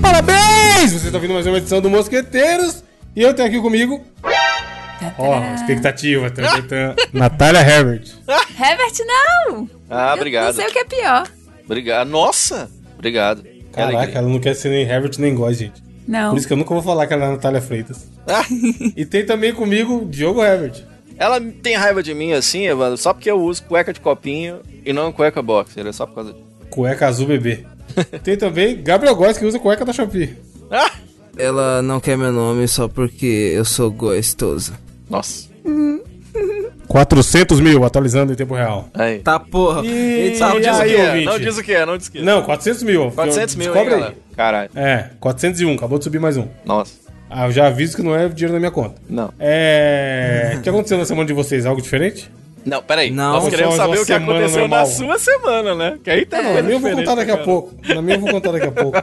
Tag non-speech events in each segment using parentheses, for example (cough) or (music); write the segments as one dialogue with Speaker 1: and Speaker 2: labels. Speaker 1: Parabéns! Você está ouvindo mais uma edição do Mosqueteiros. E eu tenho aqui comigo. Ó, expectativa. Tan, tan, tan.
Speaker 2: (laughs)
Speaker 1: Natália Herbert.
Speaker 3: Herbert, não!
Speaker 2: Ah,
Speaker 3: Eu
Speaker 2: obrigado.
Speaker 3: Não sei o que é pior.
Speaker 2: Obrigado. Nossa! Obrigado. Que
Speaker 1: Caraca,
Speaker 2: alegria.
Speaker 1: ela não quer ser nem Herbert nem Góes, gente.
Speaker 3: Não.
Speaker 1: Por isso que eu nunca vou falar que ela é a Natália Freitas. e tem também comigo o Diogo Herbert.
Speaker 2: Ah, Ela tem raiva de mim assim, Evandro, só porque eu uso cueca de copinho e não cueca boxer. É só por causa disso.
Speaker 1: Cueca azul
Speaker 2: (laughs)
Speaker 1: bebê. tem também Gabriel Góes que usa cueca da Shopee.
Speaker 2: Ah!
Speaker 4: Ela não quer meu nome só porque eu sou gostoso.
Speaker 2: Nossa.
Speaker 1: 400 mil, atualizando em tempo real.
Speaker 2: Aí.
Speaker 4: Tá porra.
Speaker 1: E-
Speaker 4: Ele tá sabe
Speaker 1: e
Speaker 4: disso.
Speaker 1: aí,
Speaker 2: Que é,
Speaker 1: ouvinte?
Speaker 2: Não diz o que é, não diz o que é.
Speaker 1: Não, 400 mil.
Speaker 2: 400 mil, hein,
Speaker 1: Descobre
Speaker 2: galera? Caralho.
Speaker 1: É, 401, acabou de subir mais um.
Speaker 2: Nossa.
Speaker 1: Ah, eu já aviso que não é dinheiro na minha conta.
Speaker 2: Não.
Speaker 1: É. O que aconteceu na semana de vocês? Algo diferente?
Speaker 2: Não, peraí.
Speaker 4: Não.
Speaker 2: Nós queremos
Speaker 1: Só uma
Speaker 2: saber o que
Speaker 1: semana
Speaker 2: aconteceu
Speaker 1: normal.
Speaker 2: na sua semana, né? Que aí tá
Speaker 1: Não, na minha eu vou contar daqui a
Speaker 2: pouco.
Speaker 1: pouco. Na minha eu vou contar daqui a pouco.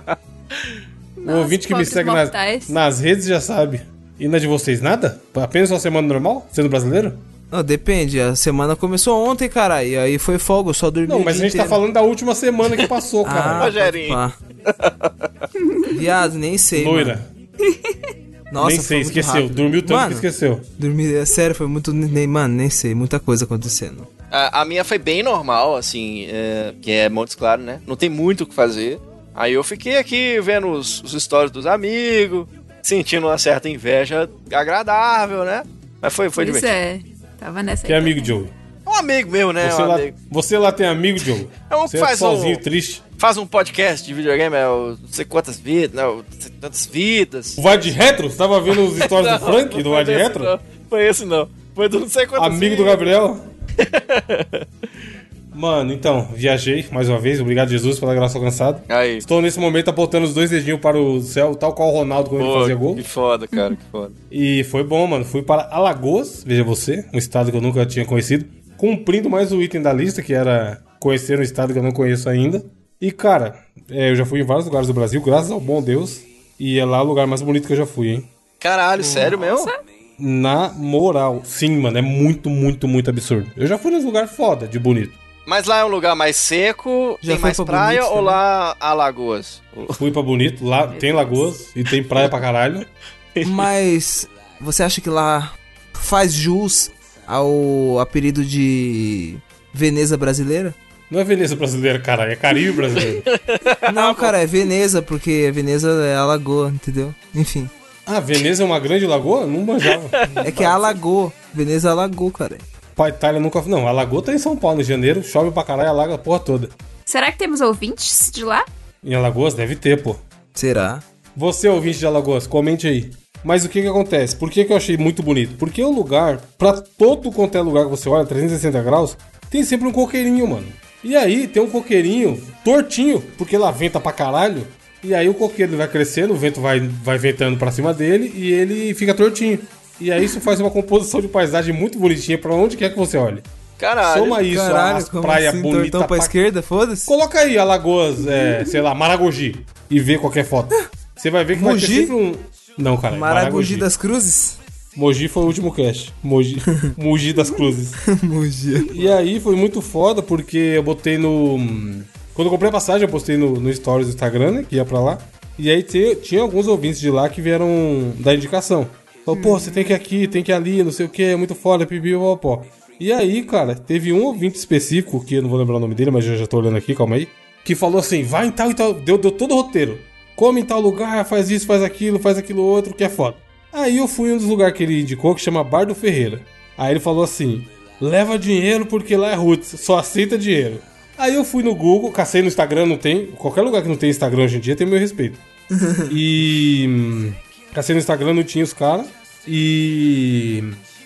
Speaker 1: o ouvinte que me
Speaker 3: pobres
Speaker 1: segue nas,
Speaker 3: mortais.
Speaker 1: nas redes já sabe. E na de vocês, nada? Apenas uma semana normal? Sendo brasileiro?
Speaker 4: Não, depende. A semana começou ontem, cara. E aí foi folga, eu só dormi
Speaker 1: Não,
Speaker 4: o
Speaker 1: mas a
Speaker 4: dia
Speaker 1: gente tá
Speaker 4: inteiro.
Speaker 1: falando da última semana que
Speaker 2: (laughs)
Speaker 1: passou,
Speaker 4: Ah,
Speaker 1: cara.
Speaker 2: Rogerinho.
Speaker 4: pá. Viado, nem sei.
Speaker 1: Loira.
Speaker 4: mano. Nossa,
Speaker 1: Nem
Speaker 4: foi
Speaker 1: sei,
Speaker 4: muito
Speaker 1: esqueceu.
Speaker 4: rápido.
Speaker 1: Dormiu tanto que
Speaker 4: Mano,
Speaker 1: esqueceu.
Speaker 4: Dormi, é sério, foi muito. Nem, mano, nem sei, muita
Speaker 1: (laughs)
Speaker 4: coisa acontecendo.
Speaker 2: A, a minha foi bem normal, assim, é, que é Montes Claros, né? Não tem muito o que fazer. Aí eu fiquei aqui vendo os, os stories dos amigos, sentindo uma certa inveja agradável, né? Mas foi, foi
Speaker 3: Pois
Speaker 2: divertido.
Speaker 3: é. Tava nessa então.
Speaker 1: Que
Speaker 3: aí
Speaker 1: amigo,
Speaker 3: também.
Speaker 1: Joe.
Speaker 2: É um amigo meu, né?
Speaker 1: Você,
Speaker 2: um
Speaker 1: lá,
Speaker 2: amigo.
Speaker 1: você lá tem amigo, Joe?
Speaker 2: É um que
Speaker 1: você
Speaker 2: faz
Speaker 1: sozinho,
Speaker 2: um-
Speaker 1: triste.
Speaker 2: Faz um podcast de videogame, é o- não sei quantas vidas, não, não sei tantas vidas.
Speaker 1: O Vai de Retro? Você tava vendo os stories
Speaker 2: (laughs) Não,
Speaker 1: do Frank, do
Speaker 2: não
Speaker 1: Vai de
Speaker 2: foi desse,
Speaker 1: Retro?
Speaker 2: não. Foi esse não. Foi do não sei quantas
Speaker 1: Amigo do
Speaker 2: vidas. (laughs)
Speaker 1: Gabriel? Mano, então, viajei mais uma vez. Obrigado, Jesus, pela graça alcançada.
Speaker 2: Aí.
Speaker 1: Estou nesse momento apontando os dois dedinhos para o céu, tal qual o Ronaldo quando ele
Speaker 2: Pô,
Speaker 1: fazia gol.
Speaker 2: que foda, cara, que foda.
Speaker 1: E foi bom, mano. Fui para Alagoas, veja você, um estado que eu nunca tinha conhecido, cumprindo mais o item da lista, que era conhecer um estado que eu não conheço ainda. E, cara, é, eu já fui em vários lugares do Brasil, graças ao bom Deus. E é lá o lugar mais bonito que eu já fui, hein?
Speaker 2: Caralho, sério mesmo?
Speaker 1: Na moral, sim, mano, é muito, muito, muito absurdo. Eu já fui nos lugares foda de bonito.
Speaker 2: Mas lá é um lugar mais seco,
Speaker 4: Já
Speaker 2: tem
Speaker 4: foi
Speaker 2: mais
Speaker 4: pra
Speaker 2: praia
Speaker 4: Bonito
Speaker 2: ou
Speaker 4: também?
Speaker 2: lá Alagoas?
Speaker 1: Fui pra bonito, lá tem lagoas e tem praia pra caralho.
Speaker 4: Mas você acha que lá faz jus ao apelido de Veneza brasileira?
Speaker 1: Não é Veneza brasileira, caralho, é Caribe brasileiro. Ah,
Speaker 4: Não, cara, é Veneza, porque Veneza é a lagoa, entendeu?
Speaker 1: (laughs)
Speaker 4: Enfim.
Speaker 1: Ah, Veneza é uma grande lagoa? Não manjava.
Speaker 4: É que é a lagoa. Veneza é a lagoa, cara.
Speaker 1: Pra Itália nunca. Não, a lagoa tá em São Paulo, em janeiro, chove pra caralho, alaga a porra toda.
Speaker 3: Será que temos ouvintes de lá?
Speaker 1: Em Alagoas deve ter, pô.
Speaker 4: Será?
Speaker 1: Você, ouvinte de Alagoas, comente aí. Mas o que que acontece? Por que que eu achei muito bonito? Porque o lugar, pra todo quanto é lugar que você olha, 360 graus, tem sempre um coqueirinho, mano. E aí tem um coqueirinho tortinho, porque lá venta pra caralho. E aí o coqueiro vai crescendo, o vento vai, vai ventando pra cima dele e ele fica tortinho. E aí isso faz uma composição de paisagem muito bonitinha pra onde quer que você olhe.
Speaker 2: Caralho.
Speaker 1: Soma isso, as
Speaker 4: como
Speaker 1: praias
Speaker 4: assim,
Speaker 1: bonitas
Speaker 4: tortão pra esquerda, foda-se.
Speaker 1: Coloca aí Alagoas, é, sei lá, Maragogi e vê qualquer foto. Você vai ver que vai ter
Speaker 4: Mogi?
Speaker 1: sempre um... Não, cara,
Speaker 4: Maragogi das Cruzes? (laughs)
Speaker 1: Mogi foi o último cast. Mogi, (laughs) Mogi das Cruzes.
Speaker 4: Mogi.
Speaker 1: E aí foi muito foda porque eu botei no... Quando eu comprei a passagem, eu postei no, no Stories do Instagram, né, que ia pra lá. E aí te- tinha alguns ouvintes de lá que vieram da indicação. Falou, pô, você tem que ir aqui, tem que ir ali, não sei o que, é muito foda, pipi, pó, pó. E aí, cara, teve um ouvinte específico, que eu não vou lembrar o nome dele, mas eu já tô olhando aqui, calma aí. Que falou assim, vai em tal e tal, deu, deu todo o roteiro. Come em tal lugar, faz isso, faz aquilo, faz aquilo outro, que é foda. Aí eu fui em um dos lugares que ele indicou, que chama Bar do Ferreira. Aí ele falou assim, leva dinheiro porque lá é roots, só aceita dinheiro. Aí eu fui no Google, cacei no Instagram, não tem. Qualquer lugar que não tem Instagram hoje em dia tem meu respeito. E. hum, Cacei no Instagram, não tinha os caras. E.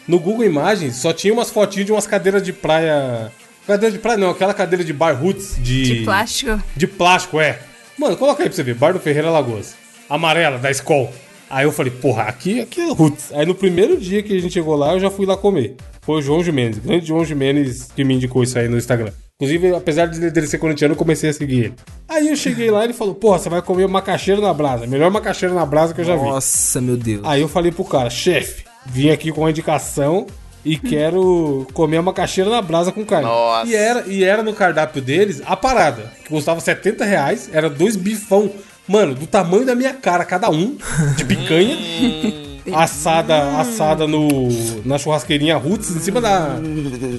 Speaker 1: No Google Imagens só tinha umas fotinhas de umas cadeiras de praia. Cadeira de praia não, aquela cadeira de bar roots de.
Speaker 3: De plástico?
Speaker 1: De plástico, é. Mano, coloca aí pra você ver. Bar do Ferreira Lagoas. Amarela, da Skol. Aí eu falei, porra, aqui, aqui é roots. Aí no primeiro dia que a gente chegou lá, eu já fui lá comer. Foi o João Jimenez, grande João Jimenez que me indicou isso aí no Instagram. Inclusive, apesar de dele ser corintiano, eu comecei a seguir ele. Aí eu cheguei lá e ele falou, porra, você vai comer macaxeira na brasa. Melhor macaxeira na brasa que eu já vi.
Speaker 4: Nossa, meu Deus.
Speaker 1: Aí eu falei pro cara, chefe, vim aqui com uma indicação e quero comer uma macaxeira na brasa com carne.
Speaker 2: Nossa.
Speaker 1: E era, e era no cardápio deles a parada, que custava 70 reais, era dois bifão mano, do tamanho da minha cara cada um, de picanha,
Speaker 2: Hum.
Speaker 1: assada, assada no na churrasqueirinha Roots, em cima da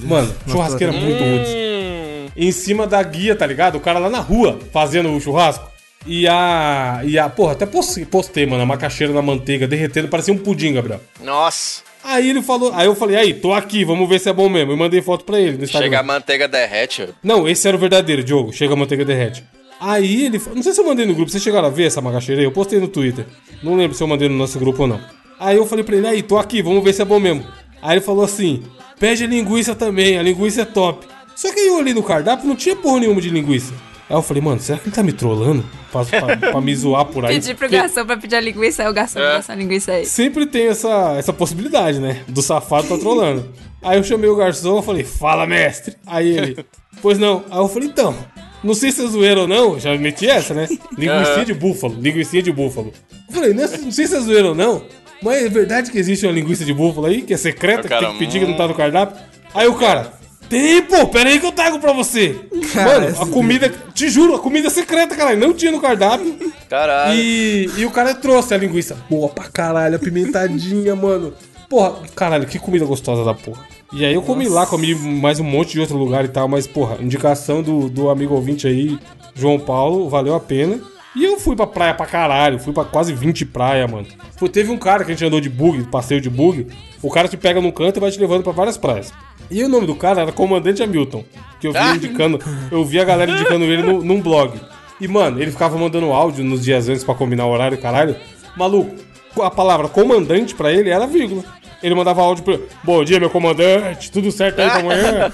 Speaker 1: Mano, churrasqueira muito Roots.
Speaker 2: Hum.
Speaker 1: Em cima da guia, tá ligado? O cara lá na rua fazendo o churrasco. E a. E a. Porra, até postei, postei, mano, a macaxeira na manteiga derretendo, parecia um pudim, Gabriel.
Speaker 2: Nossa.
Speaker 1: Aí ele falou. Aí eu falei, aí, tô aqui, vamos ver se é bom mesmo. E mandei foto pra ele no Instagram.
Speaker 2: Chega a manteiga derrete.
Speaker 1: Não, esse era o verdadeiro, Diogo. Chega a manteiga derrete. Aí ele. fa- Não sei se eu mandei no grupo, vocês chegaram a ver essa macaxeira aí? Eu postei no Twitter. Não lembro se eu mandei no nosso grupo ou não. Aí eu falei pra ele, aí, tô aqui, vamos ver se é bom mesmo. Aí ele falou assim: pede a linguiça também, a linguiça é top. Só que aí eu olhei no cardápio não tinha porra nenhuma de linguiça. Aí eu falei, mano, será que ele tá me trollando? Pra, pra, pra me zoar por aí.
Speaker 3: Pedi pro
Speaker 1: Porque
Speaker 3: garçom pra (laughs) pedir a linguiça, aí o
Speaker 2: É.
Speaker 3: garçom me dá essa
Speaker 1: (laughs)
Speaker 3: linguiça aí.
Speaker 1: Sempre tem essa, essa possibilidade, né? Do safado tá trolando. Aí eu chamei o garçom e falei, fala, mestre. Aí ele, pois não. Aí eu falei, então, não sei se é zoeira ou não, já meti essa, né? Linguiça de búfalo, linguiça de búfalo. Eu falei, não, não sei se é zoeira ou não, mas é verdade que existe uma linguiça de búfalo aí, que é secreta,
Speaker 2: O cara,
Speaker 1: que tem que pedir que não tá no cardápio. Aí o cara, tem, pô, pera aí que eu trago pra você.
Speaker 4: Cara,
Speaker 1: Mano, a comida, te juro, a comida é secreta, caralho, não tinha no cardápio.
Speaker 2: Caralho.
Speaker 1: E, e o cara trouxe a linguiça. Boa pra caralho, apimentadinha, (laughs) mano. Porra, caralho, que comida gostosa da porra. E aí eu comi lá, comi mais um monte de outro lugar e tal, mas, porra, indicação do, do amigo ouvinte aí, João Paulo, valeu a pena. E eu fui pra praia pra caralho, fui pra quase 20 praias, mano. Foi, teve um cara que a gente andou de bug, passeio de bug, o cara te pega num canto e vai te levando pra várias praias. E o nome do cara era Comandante Hamilton, que eu vi
Speaker 2: Ah.
Speaker 1: indicando, eu vi a galera indicando ele no- num blog. E, mano, ele ficava mandando áudio nos dias antes pra combinar o horário, caralho. Maluco, a palavra comandante pra ele era vírgula. Ele mandava áudio pra Bom dia, meu comandante, tudo certo aí da manhã?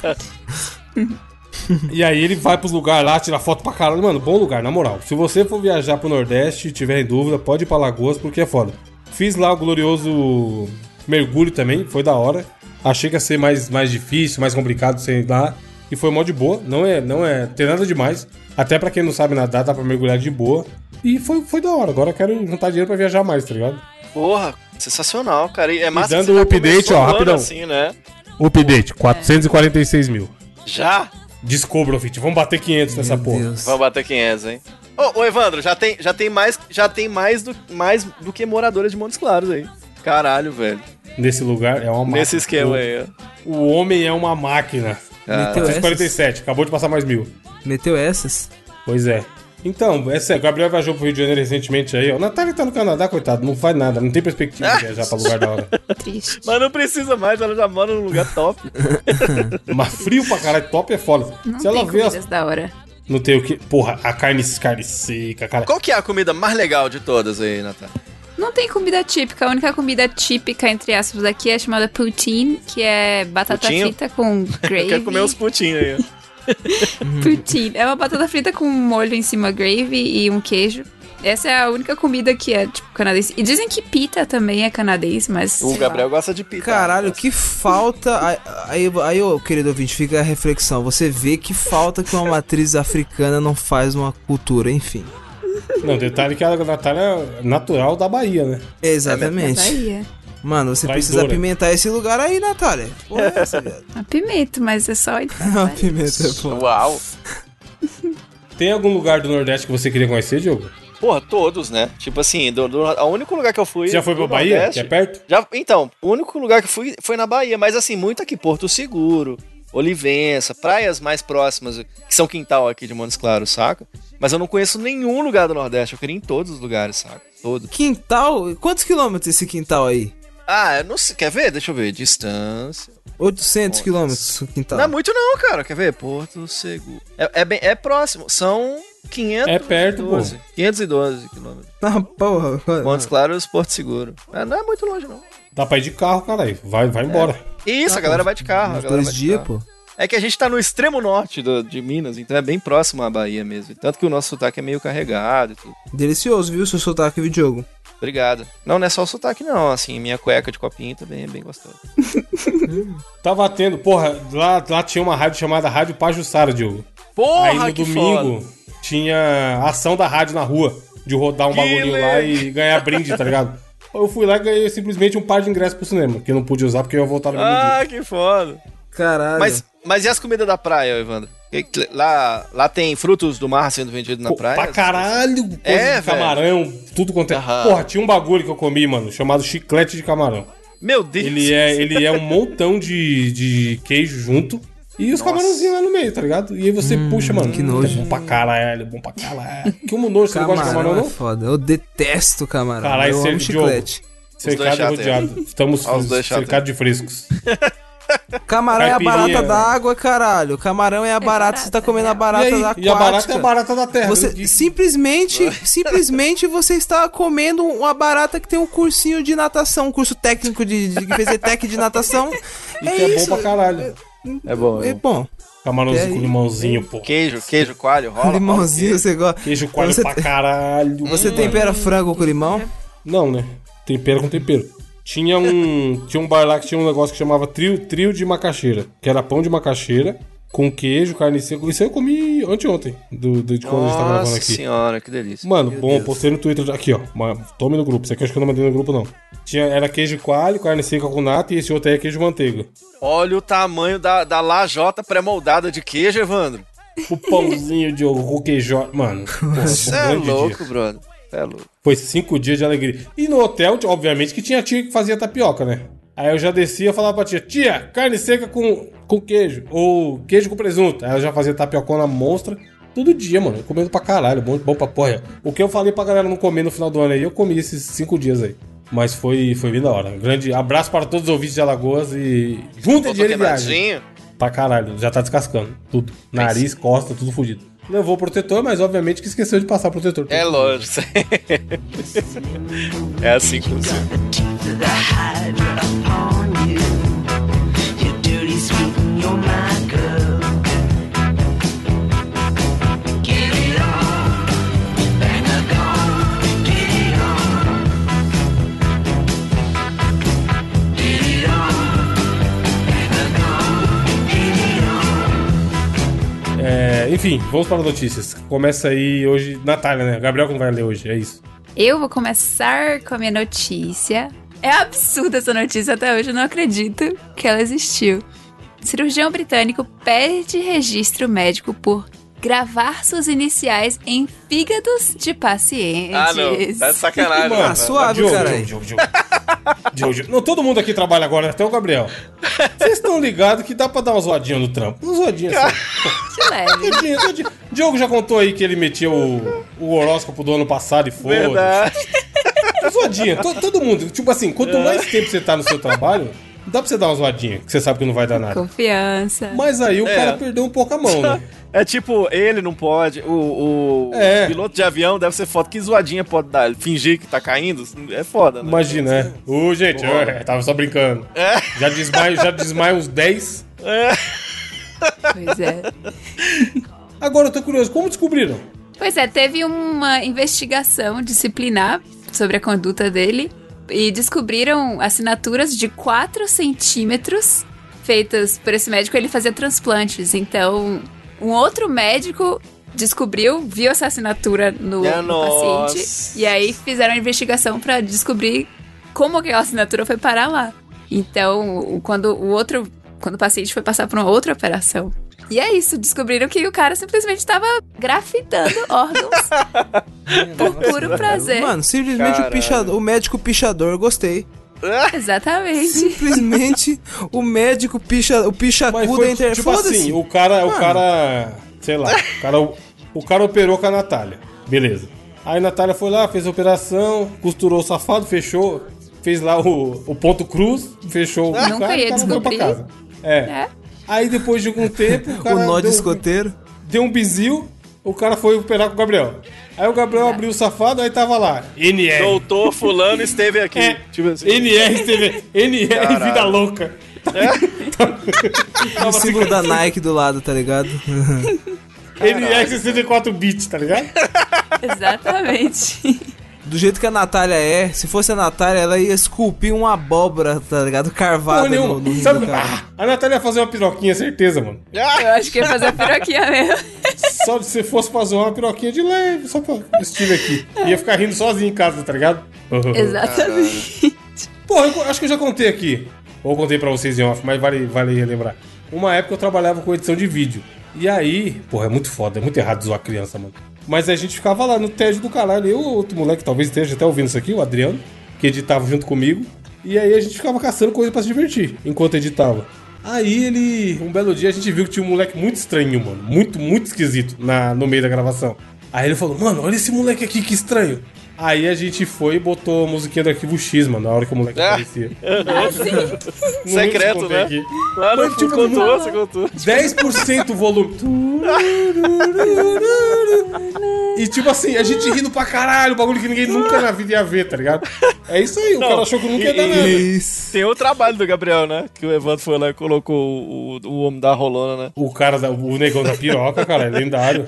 Speaker 1: E aí ele vai pros lugares lá, tira foto pra caralho. Mano, bom lugar, na moral. Se você for viajar pro Nordeste e tiver em dúvida, pode ir pra Lagoas, porque é foda. Fiz lá o glorioso mergulho também, foi da hora. Achei que ia ser mais, mais difícil, mais complicado, sei lá. E foi mó de boa, não é, não é, tem nada demais. Até pra quem não sabe nadar, dá pra mergulhar de boa. E foi, foi da hora, agora eu quero juntar dinheiro pra viajar mais, tá ligado?
Speaker 2: Porra, sensacional, cara. E é massa
Speaker 1: dando
Speaker 2: que você já
Speaker 1: update,
Speaker 2: começou
Speaker 1: ó,
Speaker 2: o ano
Speaker 1: rapidão.
Speaker 2: Assim, né?
Speaker 1: Update, 446 mil.
Speaker 2: Já?
Speaker 1: Descubra, Fit, vamos bater 500 nessa porra.
Speaker 4: Deus.
Speaker 2: Vamos bater 500, hein? Ô, ô, Evandro, já tem, já tem, mais, já tem mais, do, mais do que moradores de Montes Claros aí. Caralho, velho.
Speaker 1: Nesse lugar é uma máquina.
Speaker 2: Nesse esquema aí, ó.
Speaker 1: O homem é uma máquina.
Speaker 4: Meteu
Speaker 3: é
Speaker 4: essas?
Speaker 1: 447, acabou de passar mais mil.
Speaker 4: Meteu essas?
Speaker 1: Pois é. Então, é sério, o Gabriel viajou pro Rio de Janeiro recentemente aí, ó. O Natália tá no Canadá, coitado, não faz nada, não tem perspectiva de viajar pra lugar da hora.
Speaker 3: Triste.
Speaker 2: Mas não precisa mais, ela já mora num lugar top.
Speaker 1: Mas frio pra caralho, top é foda.
Speaker 3: Não
Speaker 1: Se ela
Speaker 3: tem
Speaker 1: vê
Speaker 3: comidas
Speaker 1: as...
Speaker 3: da hora.
Speaker 1: Não tem o que. Porra, a carne, carne seca, cara.
Speaker 2: Qual que é a comida mais legal de todas aí, Natália?
Speaker 3: Não tem comida típica. A única comida típica, entre aspas, daqui é chamada poutine, que é batata
Speaker 2: Putinho?
Speaker 3: frita com gravy.
Speaker 2: (laughs) Eu quero comer uns putinhos aí, ó.
Speaker 3: poutine. É uma batata frita com molho em cima, gravy e um queijo. Essa é a única comida que é, tipo, canadense. E dizem que pita também é canadense, mas... sei
Speaker 2: O
Speaker 3: lá.
Speaker 2: Gabriel gosta de então. pita.
Speaker 4: Caralho, que falta. Aí- Aí, aí ô, querido ouvinte, fica a reflexão. Você vê que falta que uma matriz africana não faz uma cultura, enfim.
Speaker 1: Não, detalhe que a Natália é natural da Bahia, né?
Speaker 4: Exatamente.
Speaker 3: Bahia.
Speaker 4: Mano, você precisa
Speaker 1: Traidora.
Speaker 4: apimentar esse lugar aí, Natália. Porra, é essa,
Speaker 1: (laughs)
Speaker 4: é velho.
Speaker 3: A pimenta, Ah, mas é só...
Speaker 4: Apimenta, pô.
Speaker 2: Uau.
Speaker 1: Tem algum lugar do Nordeste que você queria conhecer, Diogo?
Speaker 2: Porra, todos, né? Tipo assim, do, do- o único lugar que eu fui.
Speaker 1: Você já foi pra
Speaker 2: do
Speaker 1: Bahia?
Speaker 2: Nordeste-
Speaker 1: Que é perto?
Speaker 2: Já, então, o único lugar que eu fui foi na Bahia, mas assim, muito aqui, Porto Seguro, Olivença, praias mais próximas, que são quintal aqui de Montes Claros, saca? Mas eu não conheço nenhum lugar do Nordeste, eu queria ir em todos os lugares, saca? Todo.
Speaker 4: Quintal? Quantos quilômetros esse quintal aí?
Speaker 2: Ah, eu não sei, quer ver? Deixa eu ver, distância.
Speaker 4: 800
Speaker 2: Nossa.
Speaker 4: quilômetros o quintal.
Speaker 2: Não é muito não, cara, quer ver? Porto Seguro. É, é bem, é próximo, são 512.
Speaker 1: É perto, pô.
Speaker 2: 512 quilômetros.
Speaker 4: (laughs) Ah, porra. agora-
Speaker 1: Ah,
Speaker 2: Montes Claros, Porto Seguro. É, não é muito longe, não.
Speaker 1: Dá pra ir de carro, caralho. Vai, vai embora. Tá,
Speaker 2: Isso, a galera vai de carro. a
Speaker 4: Uns
Speaker 2: galera
Speaker 4: dois
Speaker 2: vai de
Speaker 4: dias,
Speaker 2: carro.
Speaker 4: pô.
Speaker 2: É que a gente tá no extremo norte do- de Minas, então é bem próximo à Bahia mesmo. Tanto que o nosso sotaque é meio carregado e tudo.
Speaker 4: Delicioso, viu, seu sotaque de jogo.
Speaker 2: Obrigado. Não, não é só o sotaque, não. Assim, minha cueca de copinho também é bem gostosa.
Speaker 1: Tava tendo, porra, lá, lá tinha uma rádio chamada Rádio Pajussara, Diogo.
Speaker 2: Porra,
Speaker 1: Aí no domingo tinha ação da rádio na rua, de rodar um
Speaker 2: Que
Speaker 1: bagulhinho lá e ganhar brinde, tá
Speaker 2: (laughs)
Speaker 1: ligado? Eu fui lá e ganhei simplesmente um par de ingressos pro cinema, que eu não pude usar porque eu ia voltar no mesmo dia.
Speaker 2: Ah, que foda.
Speaker 4: Caralho.
Speaker 2: Mas, mas e as comidas da praia, Evandro? Que- que- Lá, lá tem frutos do mar sendo vendidos na
Speaker 1: Pô,
Speaker 2: praia.
Speaker 1: pra caralho, coisa
Speaker 2: É,
Speaker 1: de camarão, tudo quanto é.
Speaker 2: Aham.
Speaker 1: Porra, tinha um bagulho que eu comi, mano, chamado chiclete de camarão.
Speaker 2: Meu Deus.
Speaker 1: Ele
Speaker 2: (laughs)
Speaker 1: é, ele é um montão de, de queijo junto e os
Speaker 2: Nossa. Hum,
Speaker 1: camarãozinhos lá no meio, tá ligado? E aí você puxa, mano.
Speaker 4: que nojo.
Speaker 1: É bom pra caralho, bom pra caralho. Que um nojo, você não gosta de camarão,
Speaker 4: Camarão é
Speaker 1: não?
Speaker 4: foda. Eu detesto camarão.
Speaker 1: Caralho,
Speaker 4: eu
Speaker 1: esse
Speaker 4: amo
Speaker 1: é Diogo.
Speaker 4: chiclete.
Speaker 2: dois
Speaker 1: Cercado e
Speaker 2: chatos, é.
Speaker 1: rodeado. Estamos
Speaker 2: Olha os dois chatos. é.
Speaker 1: cercados de frescos.
Speaker 4: Camarão é a
Speaker 1: Caipirinha. né?
Speaker 4: barata da água, caralho. Camarão é a barata. Você tá
Speaker 3: barata,
Speaker 4: comendo a
Speaker 3: é.
Speaker 4: barata
Speaker 1: e aí?
Speaker 4: da
Speaker 1: E a barata é a
Speaker 4: aquática.
Speaker 1: barata da terra.
Speaker 4: Você
Speaker 1: né?
Speaker 4: simplesmente, (laughs) simplesmente você está comendo uma barata que tem um cursinho de natação, um curso técnico de, de que fez ETEC de natação.
Speaker 1: E
Speaker 4: é
Speaker 1: que é bom
Speaker 4: isso.
Speaker 1: pra caralho.
Speaker 2: É bom.
Speaker 4: É bom.
Speaker 1: Camarãozinho
Speaker 4: É,
Speaker 1: com
Speaker 4: e-
Speaker 1: limãozinho, pô.
Speaker 2: Queijo, queijo coalho, rola. rola
Speaker 4: Limãozinho você gosta.
Speaker 1: Queijo coalho
Speaker 4: Você-
Speaker 1: pra caralho.
Speaker 4: Você
Speaker 1: mano.
Speaker 4: tempera frango com limão?
Speaker 1: Não, né? Tempero com tempero. Tinha
Speaker 4: (laughs)
Speaker 1: um, tinha um bar lá que tinha um negócio que chamava trio, trio de macaxeira. Que era pão de macaxeira, com queijo, carne seca. Isso aí eu comi anteontem, do, do- de quando a gente tá gravando
Speaker 2: Nossa
Speaker 1: aqui.
Speaker 2: senhora, que delícia.
Speaker 1: Mano, bom, postei no Twitter. Aqui, ó. ma- Tome no grupo. Isso aqui eu acho que eu não mandei no grupo, não. Tinha, era queijo coalho, carne seca com nata e esse outro aí é queijo manteiga.
Speaker 2: Olha o tamanho da, da lajota pré-moldada de queijo, Evandro.
Speaker 1: O pãozinho de ovo, queijo.
Speaker 2: (laughs)
Speaker 1: Mano, porra,
Speaker 2: Você
Speaker 1: um
Speaker 2: é
Speaker 1: grande dia.
Speaker 2: louco, brother. Você é louco.
Speaker 1: Foi cinco dias de alegria. E no hotel, t- obviamente, que tinha tia que fazia tapioca, né? Aí eu já descia e falava pra tia, tia, carne seca com, com queijo. Ou queijo com presunto. Aí ela já fazia tapiocona monstra. Todo dia, mano. Eu comendo pra caralho. Bom, bom pra porra. O que eu falei pra galera não comer no final do ano aí, eu comi esses cinco dias aí. Mas foi, foi bem da hora. Grande abraço para todos os ouvintes de Alagoas e... Juntem
Speaker 2: Botou
Speaker 1: dinheiro e viagem.
Speaker 2: queimadinho.
Speaker 1: Pra caralho, já tá descascando. Tudo. Nariz, costa, tudo fudido. Levou o protetor, mas obviamente que esqueceu de passar protetor.
Speaker 2: É lógico. (laughs) é assim que funciona.
Speaker 5: to the hide upon you. You're dirty, sweet, and you're my girl. Get it on, bang a gong, get it on. Get it on, bang a gong, get it on.
Speaker 1: É, enfim, vamos para notícias. Começa aí hoje. Natália, né? Gabriel que não vai ler hoje, é isso.
Speaker 3: Eu vou começar com a minha notícia. É absurda essa notícia até hoje, eu não acredito que ela existiu. Cirurgião britânico perde registro médico por gravar suas iniciais em fígados de pacientes.
Speaker 2: Ah, não. Tá de sacanagem.
Speaker 1: Mano,
Speaker 2: rapaz.
Speaker 4: suave,
Speaker 1: Diogo,
Speaker 4: caralho.
Speaker 1: Diogo, Diogo, Diogo. Diogo, Diogo. Não, todo mundo aqui trabalha agora, né? até o Gabriel. Vocês estão ligados que dá pra dar uma zoadinha no trampo. Uma zoadinha assim, um só.
Speaker 3: De leve.
Speaker 1: Zoadinha, zoadinha. Diogo já contou aí que ele metia o, o horóscopo do ano passado e foi.
Speaker 2: Verdade. É.
Speaker 1: Zoadinha, to- todo mundo. Tipo assim, quanto mais tempo você tá no seu trabalho, dá pra você dar uma zoadinha, que você sabe que não vai dar nada.
Speaker 3: Confiança.
Speaker 2: (laughs)
Speaker 1: Mas aí o
Speaker 2: É.
Speaker 1: cara perdeu um pouco a mão, né?
Speaker 2: É tipo, ele não pode, o, o
Speaker 1: É.
Speaker 2: piloto de avião deve ser foda. Que zoadinha pode dar? Ele fingir que tá caindo? É foda, né?
Speaker 1: Imagina, é. Ô, gente, eu, eu tava só brincando.
Speaker 2: É.
Speaker 1: Já desmaio, já desmaio uns 10.
Speaker 3: Pois é.
Speaker 1: Agora eu tô curioso, como descobriram?
Speaker 3: Pois é, teve uma investigação disciplinar sobre a conduta dele e descobriram assinaturas de 4 centímetros feitas por esse médico. Ele fazia transplantes, então um outro médico descobriu, viu essa assinatura no,
Speaker 2: Minha
Speaker 3: no paciente
Speaker 2: nossa.
Speaker 3: e aí fizeram a investigação pra descobrir como aquela assinatura foi parar lá. Então, o- quando o outro, quando o paciente foi passar por uma outra operação, e é isso, descobriram que o cara simplesmente tava grafitando órgãos por puro prazer.
Speaker 4: Mano, simplesmente o,
Speaker 2: Caralho.
Speaker 4: pichador, o médico pichador, gostei.
Speaker 3: Exatamente.
Speaker 1: (laughs)
Speaker 4: Simplesmente o médico picha, o pichacu da internet.
Speaker 1: tipo assim,
Speaker 4: Foda-se.
Speaker 1: o cara, o
Speaker 4: Mano.
Speaker 1: cara, sei lá, o cara, o cara operou com a Natália. Beleza. Aí a Natália foi lá, fez a operação, costurou o safado, fechou, fez lá o, o ponto cruz, fechou o
Speaker 3: Nunca
Speaker 1: cara,
Speaker 3: ia
Speaker 1: o cara foi pra
Speaker 3: descobrir.
Speaker 1: casa. É.
Speaker 3: É.
Speaker 1: Aí depois de
Speaker 4: (laughs)
Speaker 1: algum tempo, o cara
Speaker 4: o nó de
Speaker 1: deu-
Speaker 4: escoteiro.
Speaker 1: deu um bizil, o cara foi operar com o Gabriel. Aí o Gabriel
Speaker 3: Tá.
Speaker 1: abriu o safado, aí tava lá. NR.
Speaker 2: Doutor fulano esteve aqui.
Speaker 1: É,
Speaker 2: Tipo assim.
Speaker 1: NR, TV, NR,
Speaker 2: Caralho.
Speaker 1: vida louca.
Speaker 4: O símbolo
Speaker 1: assim.
Speaker 4: da Nike do lado, tá ligado?
Speaker 1: NR 64 bits, tá ligado?
Speaker 3: Exatamente.
Speaker 4: Do jeito que a Natália é, se fosse a Natália, ela ia esculpir uma abóbora, tá ligado? Carvada
Speaker 1: Porra
Speaker 4: no,
Speaker 1: nenhuma.
Speaker 4: no rim
Speaker 1: Sabe,
Speaker 4: do cara.
Speaker 1: ah, a Natália ia fazer uma piroquinha, certeza, mano.
Speaker 3: Eu acho que ia fazer a piroquinha mesmo.
Speaker 1: Só se fosse fazer uma piroquinha de leve, só pra estilo aqui. Ia ficar rindo sozinho em casa, tá ligado?
Speaker 3: Exatamente.
Speaker 1: Porra, eu co- acho que eu já contei aqui. Ou contei pra vocês em off, mas vale, vale relembrar. Uma época eu trabalhava com edição de vídeo. E aí, porra, é muito foda, é muito errado zoar criança, mano. Mas a gente ficava lá no tédio do caralho. Eu, outro moleque, talvez esteja até ouvindo isso aqui, o Adriano, que editava junto comigo. E aí a gente ficava caçando coisa pra se divertir enquanto editava. Aí ele, um belo dia, a gente viu que tinha um moleque muito estranho, mano. Muito, muito esquisito na, no meio da gravação. Aí ele falou, mano, olha esse moleque aqui, que estranho. Aí a gente foi e botou a musiquinha do arquivo X, mano, na hora que o moleque
Speaker 2: Ah.
Speaker 1: aparecia. Não lembro se
Speaker 2: (laughs) Secreto,
Speaker 1: contei
Speaker 2: né?
Speaker 1: aqui.
Speaker 2: Lá no
Speaker 1: Mas, tipo,
Speaker 2: contou, você contou.
Speaker 1: 10% o volume. E tipo assim, a gente rindo pra caralho, bagulho que ninguém nunca na vida ia ver, tá ligado? É isso aí, o cara achou que nunca ia dar
Speaker 2: e-
Speaker 1: nada.
Speaker 4: Isso.
Speaker 2: Tem o trabalho do Gabriel, né? Que o Evandro foi lá e colocou o, o- o homem da rolona, né?
Speaker 1: O cara, da- o negão da piroca, cara, é
Speaker 4: (laughs)
Speaker 1: lendário.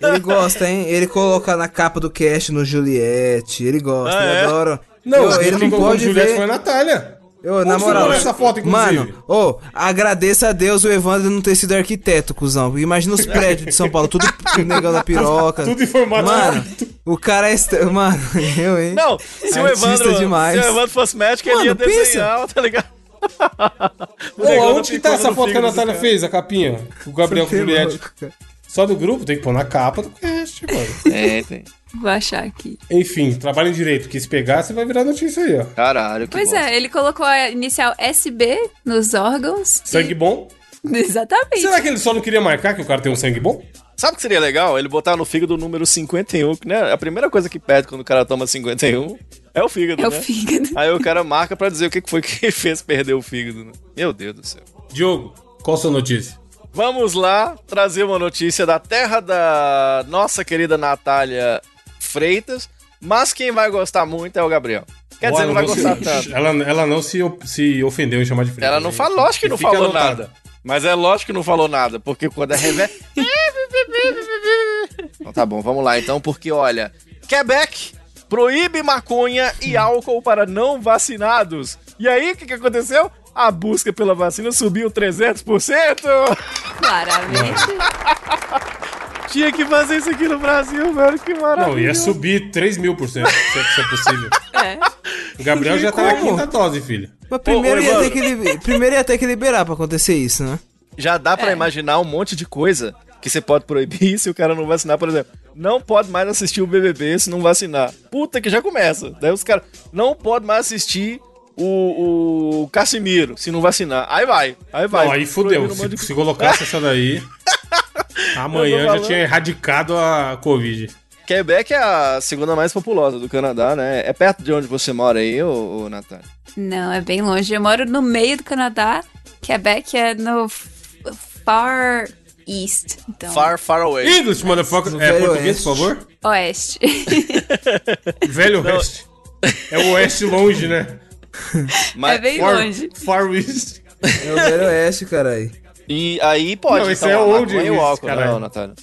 Speaker 4: Ele gosta, hein? Ele coloca na capa do cast no Juliette. Ele gosta,
Speaker 2: Ah,
Speaker 4: ele
Speaker 2: é?
Speaker 4: adora.
Speaker 1: Não,
Speaker 4: Ô,
Speaker 1: quem
Speaker 4: ele não
Speaker 1: colocou
Speaker 4: pode
Speaker 1: o Juliette foi a
Speaker 4: ver.
Speaker 1: Natália.
Speaker 4: Ô,
Speaker 1: Onde
Speaker 4: na
Speaker 1: você
Speaker 4: moral,
Speaker 1: colocou essa foto, inclusive?
Speaker 4: mano, ô, agradeça a Deus o Evandro não ter sido arquiteto, cuzão. porque Imagina os prédios de São Paulo, tudo (laughs) negão da piroca.
Speaker 1: Tudo em formato
Speaker 4: Mano, o cara é. estra- Mano, (laughs) eu, hein?
Speaker 2: Não, se o,
Speaker 4: Artista
Speaker 2: Evandro,
Speaker 4: demais.
Speaker 2: se o Evandro fosse médico, ele
Speaker 4: Mano,
Speaker 2: ia
Speaker 4: pensa.
Speaker 2: desenhar, (laughs) tá ligado? O
Speaker 1: Ô,
Speaker 2: negão da
Speaker 1: onde que tá
Speaker 2: picuda
Speaker 1: essa
Speaker 2: do
Speaker 1: foto que a
Speaker 2: fígado do
Speaker 1: Natália
Speaker 2: cara.
Speaker 1: fez, a capinha? O Gabriel com o
Speaker 4: Você é
Speaker 1: Juliette.
Speaker 4: louco, cara.
Speaker 1: Só do grupo? Tem que pôr na capa do cast,
Speaker 2: (laughs)
Speaker 1: mano.
Speaker 2: É, tem.
Speaker 3: Vou achar aqui.
Speaker 1: Enfim, trabalhem direito, porque se pegar, você vai virar notícia aí, ó.
Speaker 2: Caralho, que
Speaker 3: Pois
Speaker 2: bosta.
Speaker 3: é, ele colocou a inicial SB nos órgãos.
Speaker 1: Sangue bom.
Speaker 3: E- Exatamente.
Speaker 1: Será que ele só não queria marcar que o cara tem um sangue bom?
Speaker 2: Sabe o que seria legal? Ele botar no fígado o número 51, que né? A primeira coisa que pede quando o cara toma 51 é o fígado,
Speaker 3: É o
Speaker 2: né?
Speaker 3: fígado. (laughs)
Speaker 2: Aí o cara marca pra dizer o que que foi que (laughs) fez perder o fígado, né? Meu Deus do céu.
Speaker 1: Diogo, qual a sua notícia?
Speaker 2: Vamos lá trazer uma notícia da terra da nossa querida Natália Freitas, mas quem vai gostar muito é o Gabriel. Quer dizer,
Speaker 1: Olha,
Speaker 2: não vai
Speaker 1: você-
Speaker 2: gostar tanto.
Speaker 1: Ela, ela não se, se ofendeu em chamar de frente.
Speaker 2: Ela não falou, lógico que não
Speaker 1: Fica
Speaker 2: falou
Speaker 1: anotado.
Speaker 2: nada. Mas é lógico que não falou nada, porque quando é revés. então tá bom, vamos lá então, porque olha, Quebec proíbe maconha e álcool para não vacinados. E aí, o que, que aconteceu? A busca pela vacina subiu 300%.
Speaker 3: Claramente.
Speaker 2: Tinha que fazer isso aqui no Brasil, velho, que maravilha.
Speaker 1: Não, ia subir 3 mil por cento, se é que isso é possível.
Speaker 3: É.
Speaker 1: O Gabriel já tá na
Speaker 4: Como?
Speaker 1: quinta dose, filho.
Speaker 4: Mas primeiro,
Speaker 2: ô,
Speaker 4: ia
Speaker 2: Evandro.
Speaker 4: ter que li- primeiro ia ter que liberar pra acontecer isso, né?
Speaker 2: Já dá pra imaginar um monte de coisa que você pode proibir (laughs) se o cara não vacinar, por exemplo. Não pode mais assistir o BBB se não vacinar. Puta que já começa. Daí os caras não pode mais assistir o, o Casimiro se não vacinar. Aí vai, aí vai.
Speaker 1: Não, aí fudeu.
Speaker 2: Proibindo um
Speaker 1: Se,
Speaker 2: monte de
Speaker 1: se colocasse essa daí, amanhã
Speaker 2: (laughs) Eu tô
Speaker 1: já
Speaker 2: falando.
Speaker 1: tinha erradicado a Covid.
Speaker 2: coisa. Quebec é a segunda mais populosa do Canadá, né? É perto de onde você mora aí, ô, ô Natália?
Speaker 3: Não, é bem longe. Eu moro no meio do Canadá. Quebec é no f- Far East. Então,
Speaker 2: Far, far away.
Speaker 1: English, motherfucker. É
Speaker 4: Velho
Speaker 1: português, por
Speaker 4: Oeste.
Speaker 1: favor?
Speaker 3: Oeste.
Speaker 1: Velho Oeste. É o Oeste longe, né?
Speaker 2: Mas-
Speaker 3: é bem
Speaker 1: Far,
Speaker 3: longe.
Speaker 1: Far West.
Speaker 4: É o Velho Oeste, caralho.
Speaker 2: E aí pode
Speaker 1: Não, esse
Speaker 2: então,
Speaker 1: é
Speaker 2: a
Speaker 1: old
Speaker 2: maconha e o
Speaker 1: isso,
Speaker 2: álcool,
Speaker 1: caralho.
Speaker 2: não, Natália.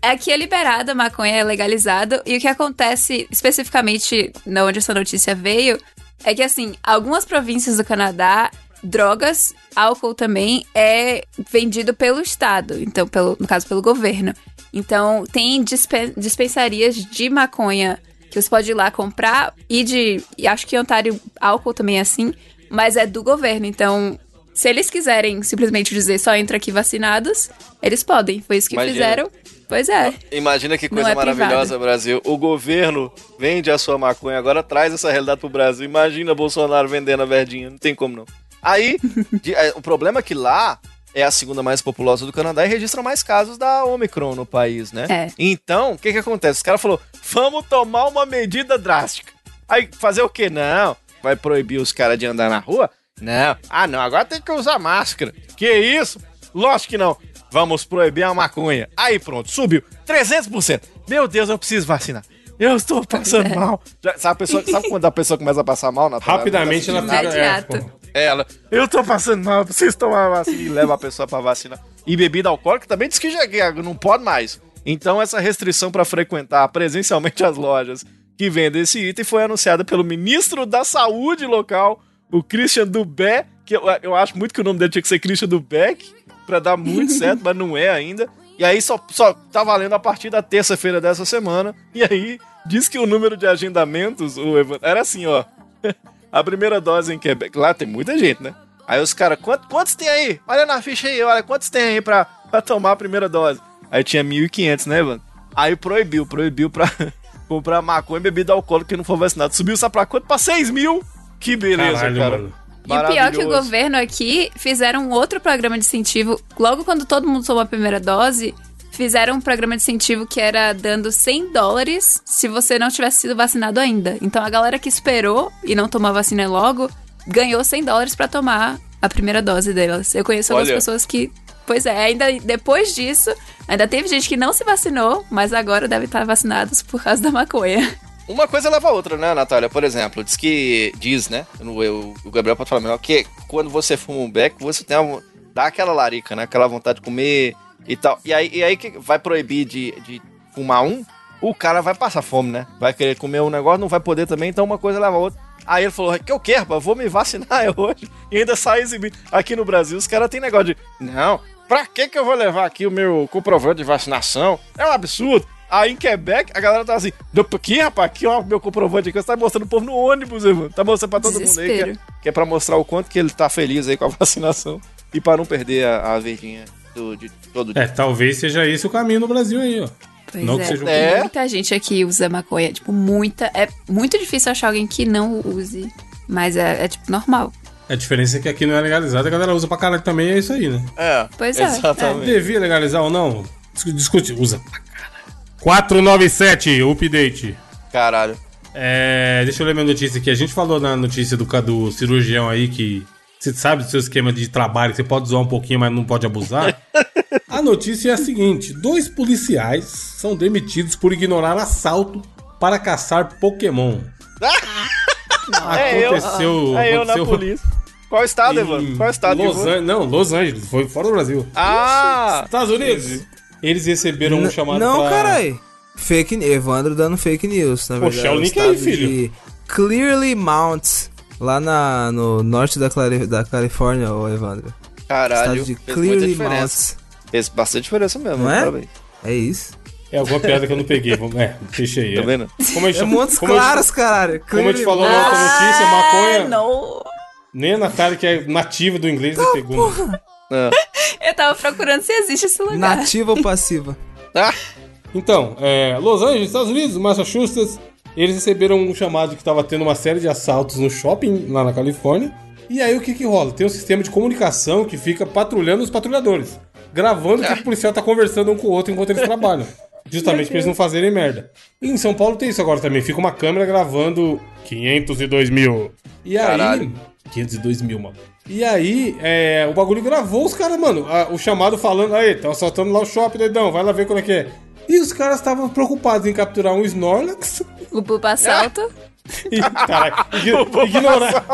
Speaker 3: Aqui é liberado, a maconha é legalizado. E o que acontece especificamente na onde essa notícia veio é que, assim, algumas províncias do Canadá, drogas, álcool também, é vendido pelo Estado. Então, pelo, no caso, pelo governo. Então, tem dispen- dispensarias de maconha que você pode ir lá comprar. E de. E acho que em Ontário, álcool também é assim. Mas é do governo. Então, se eles quiserem simplesmente dizer só entra aqui vacinados, eles podem. Foi isso que
Speaker 2: Imagina.
Speaker 3: fizeram. Pois é.
Speaker 2: Imagina que
Speaker 3: Não
Speaker 2: coisa
Speaker 3: é
Speaker 2: maravilhosa,
Speaker 3: privada.
Speaker 2: Brasil. O governo vende a sua maconha, agora traz essa realidade pro Brasil. Imagina Bolsonaro vendendo a verdinha, não tem como não.
Speaker 3: (laughs)
Speaker 2: Aí, de- é, o problema é que lá é a segunda mais populosa do Canadá e registra mais casos da Omicron no país, né?
Speaker 3: É.
Speaker 2: Então, o que que acontece? Os caras falaram, vamos tomar uma medida drástica. Aí, fazer o quê? Não, vai proibir os caras de andar na rua? Não. Ah, não, agora tem que usar máscara. Que isso? Lógico que não. Vamos proibir a maconha. Aí, pronto, subiu 300%. Meu Deus, eu preciso vacinar. Eu estou passando mal. Já- sabe, a pessoa- sabe quando a pessoa começa a passar mal? Natália?
Speaker 1: Rapidamente ela fica. É,
Speaker 3: Imediato.
Speaker 1: pô,
Speaker 2: Ela, eu tô passando mal, eu preciso tomar a vacina. E leva a pessoa pra vacinar. E bebida alcoólica também diz que já que ah, não pode mais. Então, essa restrição pra frequentar presencialmente as lojas que vendem esse item foi anunciada pelo ministro da Saúde local, o Christian Dubé, que eu, eu acho muito que o nome dele tinha que ser Christian Dubeck, pra dar muito certo, mas não é ainda. E aí só, só tá valendo a partir da terça-feira dessa semana. E aí diz que o número de agendamentos, o Evan- era assim, ó. (laughs) A primeira dose em Quebec. Lá tem muita gente, né? Aí os caras, quantos tem aí? Olha na ficha aí, olha quantos tem aí pra, pra pra tomar a primeira dose. Aí tinha 1.500, né, mano? Aí proibiu, proibiu pra (laughs) comprar maconha e bebida alcoólica que não for vacinado. Subiu essa pra quanto? Pra 6 mil? Que beleza,
Speaker 1: Caralho,
Speaker 2: cara.
Speaker 1: mano.
Speaker 3: E o pior é que o
Speaker 2: Maravilhoso.
Speaker 3: governo aqui fizeram um outro programa de incentivo. Logo quando todo mundo tomou a primeira dose, fizeram um programa de incentivo que era dando 100 dólares se você não tivesse sido vacinado ainda. Então a galera que esperou e não tomou a vacina logo, ganhou 100 dólares pra tomar a primeira dose delas. Eu conheço algumas
Speaker 2: Olha.
Speaker 3: pessoas que... Pois é, ainda depois disso, ainda teve gente que não se vacinou, mas agora deve estar vacinados por causa da maconha.
Speaker 2: Uma coisa leva a outra, né, Natália? Por exemplo, diz que. Diz, né? Eu não- eu- o Gabriel pode falar melhor, que quando você fuma um beck, você tem uma, dá aquela larica, né? Aquela vontade de comer e tal. E aí, e aí que vai proibir de, de fumar um, o cara vai passar fome, né? Vai querer comer um negócio, não vai poder também, então uma coisa leva a outra. Aí ele falou, que eu quero, rapaz, vou me vacinar (laughs) hoje e ainda sair exibindo. Aqui no Brasil, os caras têm negócio de. Não, pra que que eu vou levar aqui o meu comprovante de vacinação? É um absurdo. Aí em Quebec, a galera tá assim, "Não, aqui, rapaz, aqui, ó, meu comprovante aqui, você tá mostrando o povo no ônibus, irmão. Tá mostrando pra todo mundo aí, que é-
Speaker 3: Desespero.
Speaker 2: que é, pra mostrar o quanto que ele tá feliz aí com a (laughs) vacinação e pra não perder a, a verdinha do, de todo dia.
Speaker 1: É, talvez seja esse o caminho no Brasil aí, ó.
Speaker 3: Pois
Speaker 1: Não
Speaker 3: é.
Speaker 1: que seja um o
Speaker 2: É.
Speaker 3: Tem muita gente aqui usa maconha. Tipo, muita. É muito difícil achar alguém que não use. Mas é, é, tipo, normal.
Speaker 1: A diferença é que aqui não é legalizado, a galera usa pra caralho também, é isso aí, né?
Speaker 2: É,
Speaker 3: Pois é,
Speaker 2: Exatamente.
Speaker 1: Devia legalizar ou não? Dis- Discute, usa pra caralho. 497, update.
Speaker 2: Caralho.
Speaker 1: É, deixa eu ler minha notícia aqui. A gente falou na notícia do, ca- do cirurgião aí que você sabe do seu esquema de trabalho, que você pode zoar um pouquinho, mas não pode abusar. a notícia é a seguinte: dois policiais são demitidos por ignorar assalto para caçar Pokémon.
Speaker 2: É eu.
Speaker 1: aconteceu.
Speaker 2: É eu na
Speaker 1: aconteceu
Speaker 2: polícia. Qual estado, Evandro?
Speaker 1: em
Speaker 2: Qual é estado,
Speaker 1: Los
Speaker 2: Evandro?
Speaker 1: An- Não, Los Angeles, foi fora do Brasil.
Speaker 2: Ah!
Speaker 1: Estados Unidos! Eles receberam um
Speaker 4: N-
Speaker 1: chamado
Speaker 4: Não,
Speaker 1: pra...
Speaker 4: carai. Fake news. Evandro dando fake news, na
Speaker 1: Pô,
Speaker 4: verdade.
Speaker 1: share o
Speaker 4: é
Speaker 1: link aí,
Speaker 4: estado
Speaker 1: filho.
Speaker 4: de Clearly Mount, lá na, no norte da, Clari- da Califórnia, ô Evandro.
Speaker 2: Caralho.
Speaker 4: estado de
Speaker 2: Fez muita
Speaker 4: Clearly
Speaker 2: diferença.
Speaker 4: Mount.
Speaker 2: Fez bastante diferença mesmo.
Speaker 4: Não é?
Speaker 2: Parabéns.
Speaker 4: É isso?
Speaker 1: É alguma piada que eu não peguei. Vamos... É, deixa aí.
Speaker 2: Tá
Speaker 1: é.
Speaker 2: vendo?
Speaker 1: Como a gente-
Speaker 4: É Montes
Speaker 1: como a gente-
Speaker 4: Claros, caralho.
Speaker 1: Como eu te
Speaker 4: Clearly
Speaker 1: falou na
Speaker 4: Mount.
Speaker 1: outra notícia, maconha.
Speaker 3: não.
Speaker 1: Nem a Natália, que é nativa do inglês, não pegou. né?
Speaker 2: É.
Speaker 3: Eu tava procurando se existe esse lugar.
Speaker 4: Nativa ou passiva?
Speaker 2: Ah,
Speaker 1: Então, é, Los Angeles, Estados Unidos, Massachusetts, eles receberam um chamado que estava tendo uma série de assaltos no shopping lá na Califórnia. E aí o que que rola? Tem um sistema de comunicação que fica patrulhando os patrulhadores, gravando o que o policial tá conversando um com o outro enquanto eles trabalham. Justamente pra eles não fazerem merda. E em São Paulo tem isso agora também. Fica uma câmera gravando 502 mil. E aí.
Speaker 2: Caralho.
Speaker 1: 502 mil, mano. E aí, é, o bagulho gravou os caras, mano. a- o chamado falando, aí, tá assaltando lá o shopping, doidão, vai lá ver como é que é. E os caras estavam preocupados em capturar um Snorlax (laughs)
Speaker 3: O Buba Assalto.
Speaker 1: e, caralho,
Speaker 2: (laughs)
Speaker 1: igno- ignorar.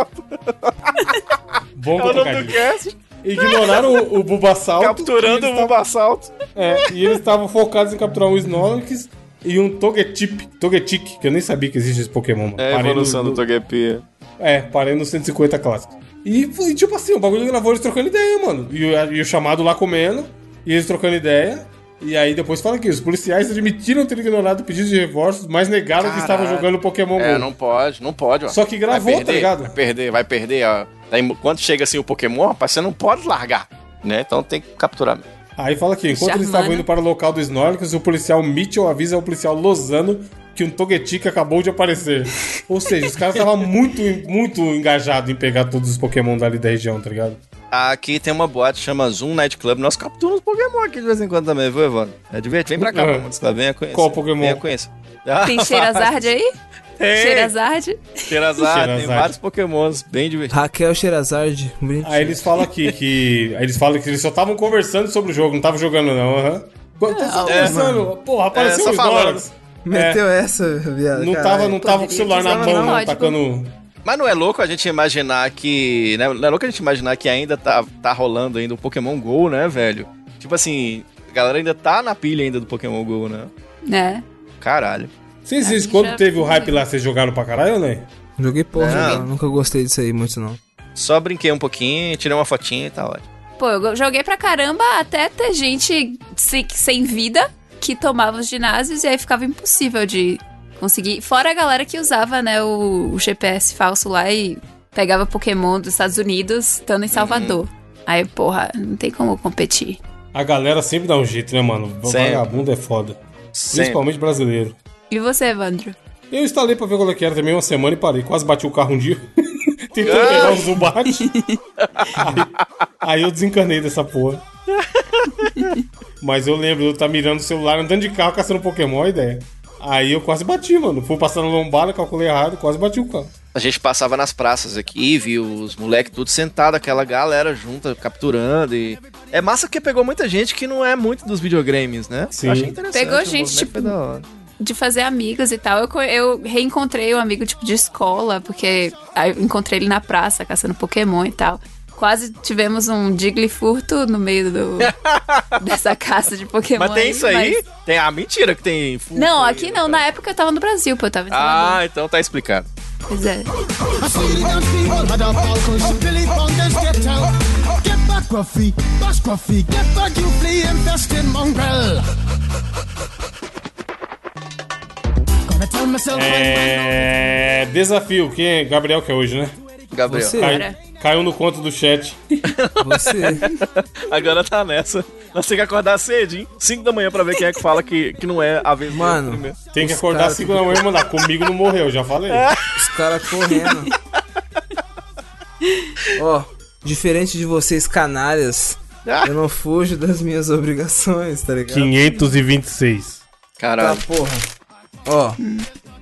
Speaker 1: Bom
Speaker 2: é o nome do
Speaker 1: trocadilho.
Speaker 2: cast.
Speaker 1: Ignoraram o, o Bulbasaur.
Speaker 2: Capturando
Speaker 1: e
Speaker 2: o
Speaker 1: eles
Speaker 2: Bulbasalto.
Speaker 1: tavam- É, e eles estavam focados em capturar um Snorlax e um Togetip, Togetic, que eu nem sabia que existe esse Pokémon, mano.
Speaker 2: É a
Speaker 1: Parei no-
Speaker 2: evolução
Speaker 1: no-
Speaker 2: do Togepi.
Speaker 1: É, parei no 150 clássico. E, foi, tipo assim, o bagulho gravou eles trocando ideia, mano. E, o- e o chamado lá comendo, e eles trocando ideia. E aí depois fala que os policiais admitiram ter ignorado o pedido de reforços, mas negaram que estavam
Speaker 2: Caralho.
Speaker 1: jogando Pokémon
Speaker 2: É,
Speaker 1: GO.
Speaker 2: não pode, não pode, ó.
Speaker 1: Só que gravou,
Speaker 2: Vai perder,
Speaker 1: tá ligado?
Speaker 2: Vai perder, vai perder. Ó. Daí, quando chega assim o Pokémon, rapaz, você não pode largar, né? Então tem que capturar mesmo.
Speaker 1: Aí fala aqui, enquanto eles
Speaker 3: Charmander.
Speaker 1: estavam indo para o local do Snorlax, o policial Mitchell avisa ao policial Lozano que um Togetic acabou de aparecer. Ou seja, os caras estavam (laughs) muito, muito engajados em pegar todos os Pokémon dali da região, tá ligado?
Speaker 2: Aqui tem uma boate que chama Zoom Night Club. Nós capturamos Pokémon aqui de vez em quando também, viu, Evandro? É divertido. Vem pra cá,
Speaker 1: É.
Speaker 2: Evandro. Você tá bem a conhecer.
Speaker 1: Qual Pokémon?
Speaker 2: Venha conhecer. Ah, (laughs)
Speaker 3: Tem Xerazard aí? Xerazard?
Speaker 2: Xerazard. Tem
Speaker 1: Xerazard.
Speaker 2: vários Pokémons bem divertidos.
Speaker 4: Raquel Sherazade. Um brinde.
Speaker 1: Aí eles falam aqui que. Aí eles falam que eles só estavam conversando sobre o jogo, não estavam jogando, não. aham. Uhum. Estavam
Speaker 3: É,
Speaker 1: conversando. Porra, apareceu
Speaker 2: só
Speaker 1: um Snorlax.
Speaker 4: Meteu essa, viado.
Speaker 1: Não
Speaker 4: caralho.
Speaker 1: tava, não tava com o
Speaker 3: Poderia
Speaker 1: celular na
Speaker 3: usar
Speaker 1: mão, não,
Speaker 3: analógico.
Speaker 1: tacando.
Speaker 2: Mas não é louco a gente imaginar que. Né? Não é louco a gente imaginar que ainda tá, tá rolando ainda o Pokémon GO, né, velho? Tipo assim, a galera ainda tá na pilha ainda do Pokémon GO, né?
Speaker 3: Né?
Speaker 2: Caralho.
Speaker 1: Vocês, vocês,
Speaker 3: Aqui
Speaker 1: quando
Speaker 3: já-
Speaker 1: teve o hype lá, vocês jogaram pra caralho, né?
Speaker 4: Joguei porra,
Speaker 2: Não.
Speaker 4: não. Nunca gostei disso aí muito, não.
Speaker 2: Só brinquei um pouquinho, tirei uma fotinha e tá ótimo.
Speaker 3: Pô, eu joguei pra caramba até ter gente se- sem vida que tomava os ginásios e aí ficava impossível de conseguir. Fora a galera que usava, né, o, o GPS falso lá e pegava Pokémon dos Estados Unidos, estando em Salvador. Aí, porra, não tem como competir.
Speaker 1: A galera sempre dá um jeito, né, mano?
Speaker 2: Sempre.
Speaker 1: Vagabundo é foda.
Speaker 2: Sempre.
Speaker 1: Principalmente brasileiro.
Speaker 3: E você, Evandro?
Speaker 1: Eu instalei pra ver qual é que era também uma semana e parei. Quase bati o carro um dia. (laughs) Tentando pegar o Zubat. aí, aí eu desencanei dessa porra. Mas eu lembro, eu tá mirando o celular, andando de carro, caçando Pokémon, a ideia. Aí eu quase bati, mano. Fui passando lombada, calculei errado, quase bati o carro.
Speaker 2: A gente passava nas praças aqui, viu os moleques tudo sentado, aquela galera junta, capturando e... É massa porque pegou muita gente que não é muito dos videogames, né?
Speaker 1: Sim.
Speaker 2: Eu achei interessante.
Speaker 3: Pegou
Speaker 2: o
Speaker 3: gente,
Speaker 2: movimento
Speaker 3: tipo,
Speaker 2: foi da hora.
Speaker 3: De fazer amigos e tal. Eu, co- eu reencontrei um amigo, tipo, de escola, porque aí eu encontrei ele na praça, caçando Pokémon e tal. Quase tivemos um Diglifurto no meio
Speaker 2: (laughs)
Speaker 3: do, dessa caça de Pokémon.
Speaker 2: Mas tem isso aí?
Speaker 3: um mas-
Speaker 2: Tem a mentira que tem... furto
Speaker 3: Não,
Speaker 2: aí,
Speaker 3: aqui é
Speaker 2: né,
Speaker 3: não.
Speaker 2: cara?
Speaker 3: Na época eu tava no Brasil, pô. Eu tava em Salvador.
Speaker 2: Ah, então tá explicado.
Speaker 3: Pois é.
Speaker 6: Ceiling and feet, mother falcons, you Billy Fountains, get out. Get back, Ruffy, Bush Ruffy, get back, you flea infested mongrel. Gonna tell myself I'm
Speaker 1: É. Desafio, quem é? Gabriel que é hoje, né?
Speaker 2: Gabriel.
Speaker 4: Você.
Speaker 1: Cai-
Speaker 3: Cara.
Speaker 1: caiu no conto do chat. (laughs)
Speaker 4: Você.
Speaker 2: (laughs) Agora tá nessa. Nós temos que acordar cedo, hein? 5 da manhã pra ver quem é que fala que, que não é a vez dele
Speaker 4: Mano.
Speaker 2: primeiro.
Speaker 1: Tem que
Speaker 4: Os
Speaker 1: acordar
Speaker 4: caras
Speaker 1: às 5 da manhã e mandar. Comigo não morreu, já falei.
Speaker 4: Os caras correndo. Ó, diferente de vocês, canalhas, eu não fujo das minhas obrigações, tá ligado?
Speaker 1: 526.
Speaker 4: Tá,
Speaker 2: Caralho.
Speaker 4: porra. Ó,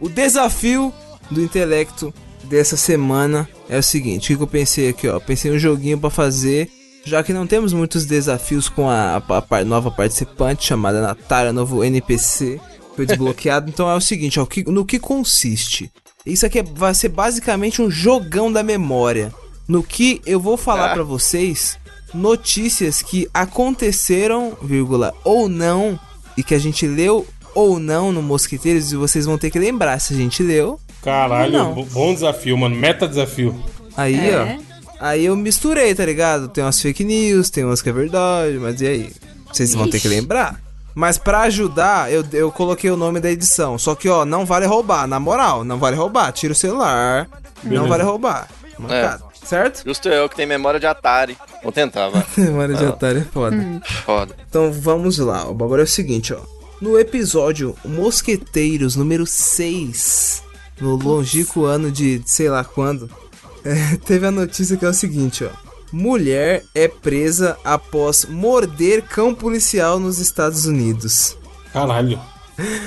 Speaker 4: o desafio do intelecto dessa semana é o seguinte: o que que eu pensei aqui, ó? Pensei em um joguinho pra fazer. Já que não temos muitos desafios com a, a par- nova participante chamada Natália, novo NPC, foi desbloqueado. (laughs) então é o seguinte, ó, o que- no que consiste? Isso aqui é- vai ser basicamente um jogão da memória. No que eu vou falar
Speaker 2: Ah.
Speaker 4: pra vocês notícias que aconteceram, vírgula, ou não, e que a gente leu ou não no Mosqueteiros, e vocês vão ter que lembrar se a gente leu.
Speaker 1: Caralho,
Speaker 4: Não.
Speaker 1: bo- bom desafio, mano. Meta desafio.
Speaker 4: Aí,
Speaker 3: É.
Speaker 4: ó. Aí eu misturei, tá ligado? Tem umas fake news, tem umas que é verdade, mas e aí? Vocês vão ter
Speaker 3: Ixi.
Speaker 4: que lembrar. Mas pra ajudar, eu, eu coloquei o nome da edição. Só que, ó, não vale roubar, na moral, não vale roubar. Tira o celular, não
Speaker 1: Beleza.
Speaker 4: vale roubar. Mancada.
Speaker 3: É.
Speaker 4: Certo? (laughs)
Speaker 2: Justo eu que tem memória de Atari. Vou tentar, vai.
Speaker 4: Mano
Speaker 3: Ah.
Speaker 4: de otário é foda.
Speaker 3: Hum.
Speaker 2: Foda.
Speaker 4: Então vamos lá, o bagulho é o seguinte, ó. No episódio Mosqueteiros número 6, no longínquo ano de sei lá quando, (laughs) é, teve a notícia que é o seguinte, ó. Mulher é presa após morder cão policial nos Estados Unidos.
Speaker 1: Caralho.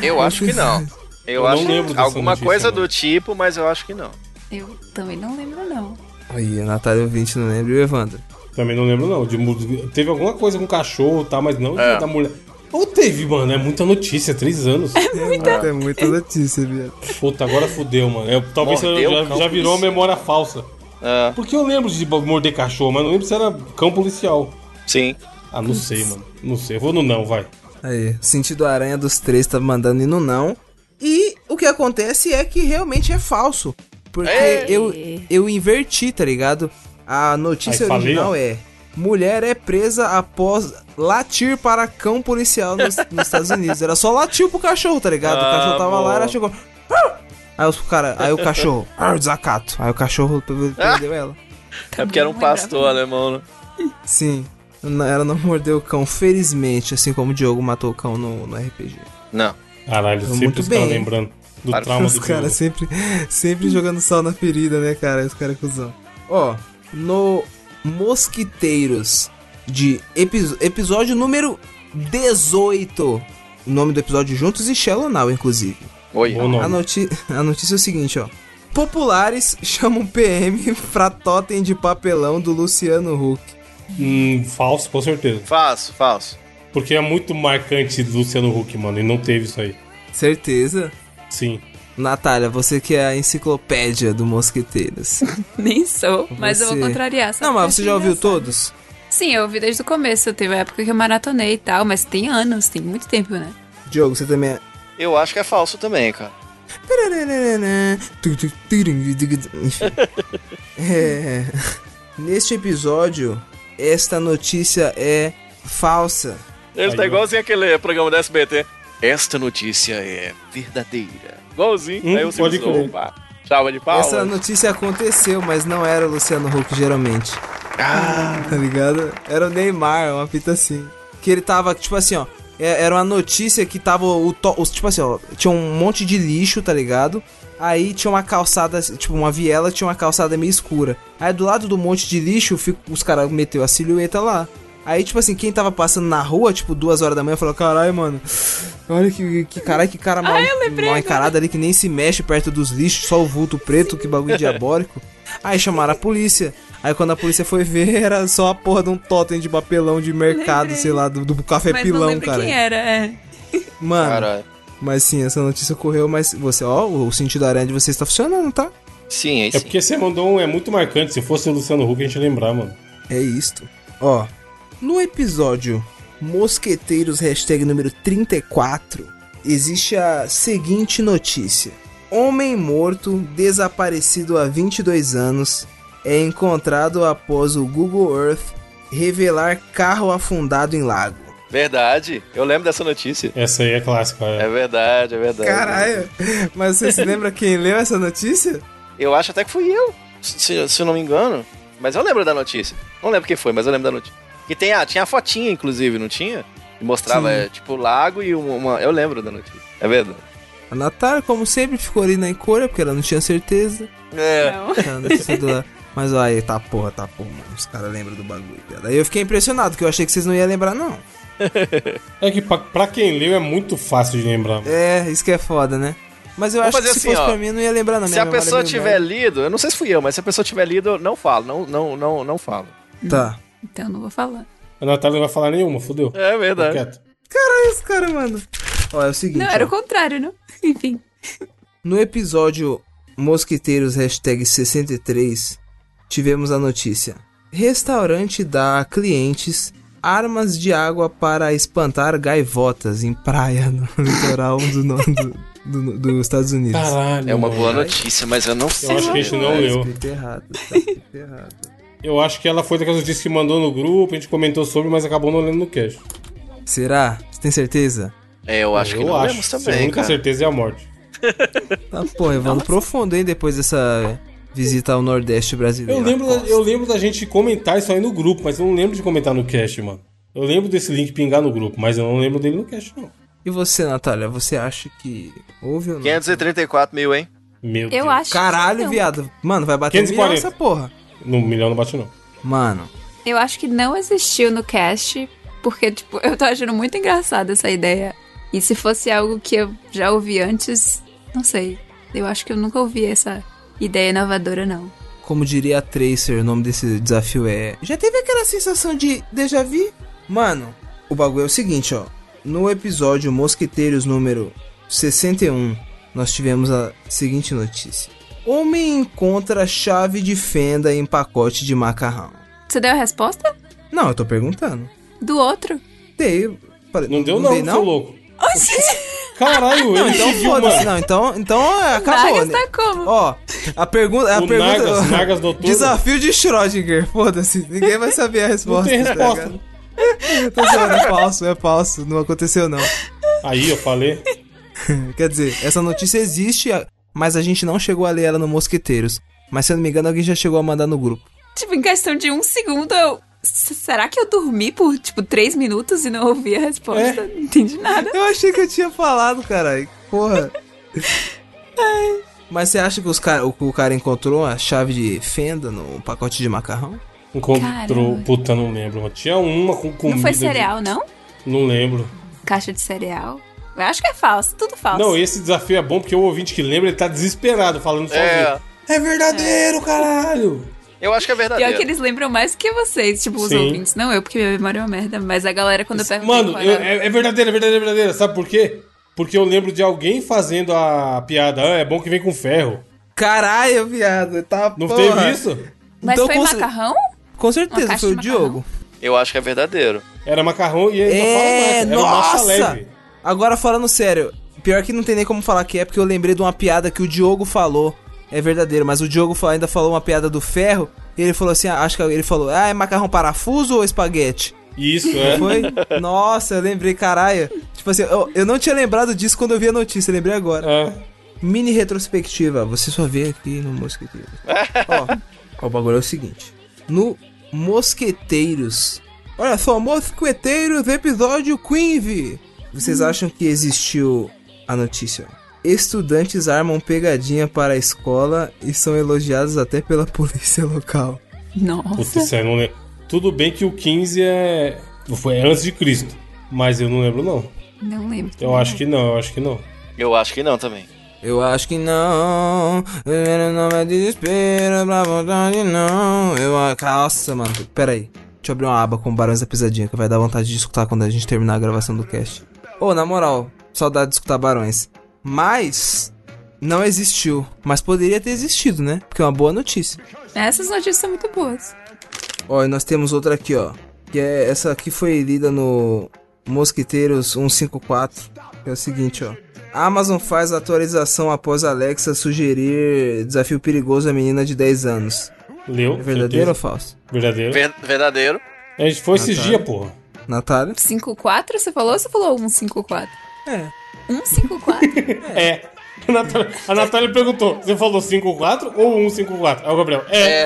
Speaker 2: Eu acho que não. Eu,
Speaker 1: Eu
Speaker 2: acho
Speaker 1: não lembro
Speaker 2: que
Speaker 1: dessa
Speaker 2: alguma
Speaker 1: notícia,
Speaker 2: coisa
Speaker 1: mano.
Speaker 2: do tipo, mas eu acho que não.
Speaker 3: Eu também não lembro, não. (laughs)
Speaker 4: Aí, a Natália ouvinte não lembra e o Evandro.
Speaker 1: Também não lembro, não. De mu- teve alguma coisa com cachorro e tal, mas não de-
Speaker 2: É.
Speaker 1: da mulher. Ou teve, mano. É muita notícia, três
Speaker 4: (laughs)
Speaker 1: anos.
Speaker 4: É muita notícia, viado.
Speaker 1: Puta, agora fudeu, mano. Eu- talvez
Speaker 2: Mordeu
Speaker 1: eu
Speaker 2: o
Speaker 1: já,
Speaker 2: cão
Speaker 1: já virou
Speaker 2: policial.
Speaker 1: memória falsa.
Speaker 2: Ah,
Speaker 1: Porque eu lembro de bo- morder cachorro, mas não lembro se era cão policial.
Speaker 2: sim.
Speaker 1: Ah, não sei, mano. Não sei. Eu vou no não, vai.
Speaker 4: Aí, o sentido aranha dos três tá mandando ir no não. E o que acontece é que realmente é falso. Porque
Speaker 2: Ei!
Speaker 4: eu, eu inverti, tá ligado? A notícia
Speaker 1: Aí, falei,
Speaker 4: original
Speaker 1: ó.
Speaker 4: é: mulher é presa após latir para cão policial
Speaker 2: (laughs)
Speaker 4: nos, nos Estados Unidos. Era só latir pro cachorro, tá ligado? o
Speaker 2: Ah,
Speaker 4: cachorro tava lá,
Speaker 2: boa.
Speaker 4: ela chegou. "Ah!" Aí, os cara, aí
Speaker 2: (laughs)
Speaker 4: o cachorro, ah, desacato. Aí o cachorro pe- perdeu ela.
Speaker 2: é porque era um
Speaker 3: Também não
Speaker 2: pastor alemão, né?
Speaker 4: Sim, n- ela não mordeu o cão, felizmente, assim como o Diogo matou o cão no- no RPG.
Speaker 2: Não.
Speaker 1: Caralho,
Speaker 4: Muito
Speaker 1: sempre os caras
Speaker 4: bem.
Speaker 1: lembrando do
Speaker 2: Para-
Speaker 1: trauma
Speaker 4: Os
Speaker 1: do
Speaker 4: caras
Speaker 1: cara.
Speaker 4: sempre, sempre jogando sal na ferida, né, cara? Os caras cuzão. Ó, no Mosquiteiros de episo- episódio número 18. O nome do episódio juntos e Shallow Now, inclusive.
Speaker 2: Oi.
Speaker 1: Bom
Speaker 4: A,
Speaker 1: nome.
Speaker 4: noti- (laughs) a notícia é o seguinte, ó. Populares (laughs) chamam PM (laughs) pra totem de papelão do Luciano Huck.
Speaker 1: Hum, falso, com certeza.
Speaker 2: Falso, falso.
Speaker 1: Porque é muito marcante do Luciano Huck, mano. E não teve isso aí.
Speaker 4: Certeza?
Speaker 1: Sim.
Speaker 4: Natália, você que é a enciclopédia do Mosqueteiros.
Speaker 3: Nem sou, (laughs) mas eu
Speaker 4: Você-
Speaker 3: vou contrariar. só
Speaker 4: Não,
Speaker 3: porque
Speaker 4: mas você já
Speaker 3: achei
Speaker 4: ouviu
Speaker 3: engraçado.
Speaker 4: todos?
Speaker 3: Sim, eu ouvi desde o começo. Teve uma época que eu maratonei e tal, mas tem anos, tem muito tempo, né?
Speaker 4: Diogo, você também é.
Speaker 2: Eu acho que é falso também, cara.
Speaker 4: Enfim. É. Neste episódio, esta notícia é falsa.
Speaker 2: Ele tá
Speaker 1: Aí, ó.
Speaker 2: igualzinho aquele programa da SBT. Esta notícia é verdadeira. Igualzinho.
Speaker 1: Hum,
Speaker 2: Aí o
Speaker 1: pode
Speaker 2: Silvio
Speaker 1: crer.
Speaker 2: Opa. Salva de palmas.
Speaker 4: Essa é notícia aconteceu, mas não era o Luciano Huck, geralmente.
Speaker 2: Ah,
Speaker 4: (laughs) Tá ligado? Era o Neymar, uma fita assim. Que ele tava, tipo assim, ó. é- Era uma notícia que tava o to- os, tipo assim, ó, tinha um monte de lixo, tá ligado? Aí tinha uma calçada, tipo uma viela, tinha uma calçada meio escura. Aí do lado do monte de lixo, fico- os caras meteu a silhueta lá. Aí, tipo assim, quem tava passando na rua, tipo, duas horas da manhã, falou: Caralho, mano, olha que, que caralho, que cara mal, mal encarado ali que nem se mexe perto dos lixos, só o vulto preto, que bagulho diabólico. Aí chamaram a polícia. Aí quando a polícia foi ver, (laughs) era só a porra de um totem de papelão de mercado,
Speaker 3: Lembrei.
Speaker 4: sei lá, do, do café
Speaker 3: Mas não
Speaker 4: pilão,
Speaker 3: lembro
Speaker 4: cara.
Speaker 3: quem era, é.
Speaker 4: Mano,
Speaker 2: Caralho.
Speaker 4: mas sim, essa notícia ocorreu, mas você, ó, o sentido da aranha de vocês tá funcionando, tá?
Speaker 2: Sim, aí
Speaker 1: É
Speaker 2: sim.
Speaker 1: porque você mandou um é muito marcante. Se fosse o Luciano Huck, a gente ia lembrar, mano.
Speaker 4: É isto. Ó, no episódio Mosqueteiros hashtag número 34, existe a seguinte notícia. Homem morto, desaparecido há 22 anos, é encontrado após o Google Earth revelar carro afundado em lago.
Speaker 2: Verdade. Eu lembro dessa notícia.
Speaker 1: Essa aí é clássica.
Speaker 2: É
Speaker 1: É.
Speaker 2: verdade, é verdade.
Speaker 4: Caralho, mas você se lembra quem leu essa notícia?
Speaker 2: Eu acho até que fui eu, se, se eu não me engano. Mas eu lembro da notícia. Não lembro quem foi, mas eu lembro da notícia. Que tem a, tinha a fotinha, inclusive, não tinha? Que mostrava,
Speaker 4: Sim.
Speaker 2: é, tipo, lago e uma, uma- Eu lembro da notícia. É verdade.
Speaker 4: A Natália, como sempre, ficou ali na encolha, porque ela não tinha certeza.
Speaker 2: É.
Speaker 3: Não. (laughs)
Speaker 4: Cara, não precisa do- Mas ó, aí, tá porra, tá porra, mano. Os caras lembram do bagulho, viado. Aí eu fiquei impressionado, que eu achei que vocês não iam lembrar, não.
Speaker 1: É que pra, pra quem leu é muito fácil de lembrar. mano.
Speaker 4: É, isso que é foda, né? Mas eu
Speaker 2: Vamos
Speaker 4: acho que
Speaker 2: fazer
Speaker 4: se
Speaker 2: assim,
Speaker 4: fosse
Speaker 2: ó.
Speaker 4: pra mim, eu não ia lembrar, não.
Speaker 2: Se
Speaker 4: Minha
Speaker 2: a
Speaker 4: memória é
Speaker 2: pessoa
Speaker 4: meio
Speaker 2: tiver lido, eu não sei se fui eu, mas se a pessoa tiver lido, eu não falo, não, não, não, não falo.
Speaker 4: breve. Tá.
Speaker 3: (laughs) Então não vou falar.
Speaker 1: A Natália não vai falar nenhuma, fodeu.
Speaker 2: É
Speaker 1: Fica
Speaker 2: verdade.
Speaker 1: Quieto.
Speaker 4: Caralho, esse cara, mano. Ó, é o seguinte.
Speaker 3: Não, era
Speaker 4: ó.
Speaker 3: o contrário, não? (laughs) Enfim.
Speaker 4: No episódio Mosquiteiros hashtag 63, tivemos a notícia. Restaurante dá a clientes armas de água para espantar gaivotas em praia no (laughs) litoral do, no- do- do- dos Estados Unidos.
Speaker 1: Caralho.
Speaker 2: É uma
Speaker 1: mano.
Speaker 2: boa notícia, É. mas eu não sei.
Speaker 1: Eu acho que a gente não
Speaker 4: Tá
Speaker 1: leu.
Speaker 4: escrito errado, tá escrito errado.
Speaker 1: Eu acho que ela foi daquelas notícias que mandou no grupo, a gente comentou sobre, mas acabou não lendo no cash.
Speaker 4: (laughs) Será? Você tem certeza?
Speaker 2: É, eu acho que não lemos
Speaker 1: a
Speaker 2: também,
Speaker 1: única
Speaker 2: cara.
Speaker 1: certeza é a morte.
Speaker 4: Tá, pô, Evandro profundo, hein, depois dessa visita ao Nordeste
Speaker 1: Eu
Speaker 4: brasileiro.
Speaker 1: lembro, da, eu lembro da gente comentar isso aí no grupo, mas eu não lembro de comentar no cash, mano. Eu lembro desse link pingar no grupo, mas eu não lembro dele no cash, não.
Speaker 4: E você, Natália, você acha que houve ou não?
Speaker 2: 534 mil, hein?
Speaker 1: Meu Deus.
Speaker 3: Eu acho que
Speaker 4: Caralho,
Speaker 3: não.
Speaker 4: viado. Mano, vai bater
Speaker 1: 540.
Speaker 4: milhão essa porra.
Speaker 1: No milhão não bate, não.
Speaker 4: Mano,
Speaker 3: Eu acho que não existiu no cast, porque, tipo, (laughs) eu tô achando muito engraçada essa ideia. E se fosse algo que eu já ouvi antes, não sei. Eu acho que eu nunca ouvi essa ideia inovadora, não.
Speaker 4: como diria a Tracer, o nome desse desafio é. Já teve aquela sensação de déjà vu? Mano, o bagulho é o seguinte, ó. No episódio Mosqueteiros número 61, nós tivemos a seguinte notícia: Homem encontra chave de fenda em pacote de macarrão.
Speaker 3: Você deu a resposta?
Speaker 4: Não, eu tô perguntando.
Speaker 3: Do outro?
Speaker 4: Dei. falei-
Speaker 1: Não deu, não,
Speaker 4: dei,
Speaker 1: seu louco. (laughs) Caralho,
Speaker 4: Não,
Speaker 1: ele
Speaker 4: então
Speaker 1: seguiu,
Speaker 4: foda-se,
Speaker 1: mano.
Speaker 4: não. Então, então é, acabou.
Speaker 3: Nagas
Speaker 4: né?
Speaker 3: tá como?
Speaker 4: Ó, a pergunta. A
Speaker 1: O
Speaker 4: pergunta
Speaker 1: Nagas, Nagas
Speaker 4: (laughs)
Speaker 1: doutor.
Speaker 4: Desafio de Schrödinger, foda-se. Ninguém vai saber a
Speaker 1: Não
Speaker 4: resposta.
Speaker 1: tem
Speaker 4: tá
Speaker 1: resposta.
Speaker 4: ligado? Tô zoando, é falso, é falso. Não aconteceu, não.
Speaker 1: Aí eu falei.
Speaker 4: Quer dizer, essa notícia existe, a- mas a gente não chegou a ler ela no Mosqueteiros. Mas se eu não me engano, alguém já chegou a mandar no grupo.
Speaker 3: Tipo, em questão de um segundo, eu. S- Será que eu dormi por, tipo, três minutos e não ouvi a
Speaker 4: É.
Speaker 3: resposta? Não entendi nada.
Speaker 4: Eu achei que eu tinha falado, caralho. Porra. Mas você acha que os cara, o, o cara encontrou a chave de fenda no pacote de macarrão?
Speaker 1: Encontrou.
Speaker 3: Caramba.
Speaker 1: Puta, não lembro. mano. Tinha uma com comida.
Speaker 3: não foi
Speaker 1: de-
Speaker 3: cereal, não?
Speaker 1: Não lembro.
Speaker 3: Caixa de cereal? Eu acho que é falso, tudo falso.
Speaker 1: Não, esse desafio é bom porque o ouvinte que lembra, ele tá desesperado falando sozinho.
Speaker 2: É.
Speaker 1: É verdadeiro, caralho!
Speaker 2: Eu acho que é
Speaker 3: Pior que
Speaker 2: verdadeiro.
Speaker 3: eles lembram mais que vocês, tipo, os
Speaker 1: Sim.
Speaker 3: ouvintes. Não eu, porque minha memória é uma merda. Mas a galera, quando eu pergunto...
Speaker 1: Mano, eu- é, é verdadeiro, é verdadeiro, é verdadeiro. Sabe por quê? Porque eu lembro de alguém fazendo a piada. Ah, é bom que vem com ferro.
Speaker 4: Caralho, viado. Tá,
Speaker 1: Não
Speaker 4: porra.
Speaker 1: teve isso?
Speaker 3: Mas
Speaker 4: então
Speaker 3: foi
Speaker 4: com cer-
Speaker 3: macarrão?
Speaker 4: Com
Speaker 3: Uma
Speaker 4: certeza,
Speaker 3: caixa
Speaker 4: foi o
Speaker 3: de macarrão.
Speaker 4: Diogo.
Speaker 2: Eu acho que é verdadeiro.
Speaker 1: Era macarrão e ainda
Speaker 4: É,
Speaker 1: fala mais. Era um massa
Speaker 4: nossa!
Speaker 1: leve.
Speaker 4: Agora falando sério, pior que não tem nem como falar que é, porque eu lembrei de uma piada que o Diogo falou. É verdadeiro, mas o Diogo fa- ainda falou uma piada do ferro. E ele falou assim: ah, acho que ele falou, ah, é macarrão parafuso ou espaguete?
Speaker 1: Isso, é. (laughs)
Speaker 4: Foi? Nossa, eu lembrei, caralho. Tipo assim, eu, eu não tinha lembrado disso quando eu vi a notícia, eu lembrei agora.
Speaker 1: É.
Speaker 4: Mini retrospectiva, você só vê aqui no Mosqueteiros. ó, ó, o bagulho é o seguinte: no Mosqueteiros Olha só, Mosqueteiros, episódio 15. Vocês acham que existiu a notícia? Estudantes armam pegadinha para a escola e são elogiados até pela (laughs) polícia local.
Speaker 1: Puta,
Speaker 3: Nossa.
Speaker 1: isso aí eu não lembro. Tudo bem que o 15 é. Foi antes de Cristo. Mas eu não lembro, não.
Speaker 3: Não lembro.
Speaker 1: Eu acho que não, eu acho que não.
Speaker 2: Eu acho que não também.
Speaker 4: Eu acho que não, primeiro não é desespero, pra vontade não. Eu a Nossa, mano, pera aí. Deixa eu abrir uma aba com Barões da Pisadinha que vai dar vontade de escutar quando a gente terminar a gravação do cast. Ô, na moral, saudade de escutar Barões. Mas não existiu, mas poderia ter existido, né? Porque é uma boa notícia.
Speaker 3: Essas notícias são muito boas.
Speaker 4: Ó, e nós temos outra aqui, ó. Que é essa aqui foi lida no Mosquiteiros 154. Que é o seguinte, ó. Amazon faz atualização após Alexa sugerir desafio perigoso à menina de 10 anos.
Speaker 1: Leu?
Speaker 4: É verdadeiro ou
Speaker 1: certeza.
Speaker 4: falso?
Speaker 1: Verdadeiro.
Speaker 2: Ver- verdadeiro.
Speaker 1: A gente foi esses
Speaker 4: tá.
Speaker 1: dias, porra.
Speaker 4: Natália?
Speaker 3: 54, você falou ou você falou 154?
Speaker 4: É.
Speaker 3: 154?
Speaker 1: É. A Natália, a Natália perguntou: você falou 5-4 ou 1-5-4? Aí o Gabriel, é.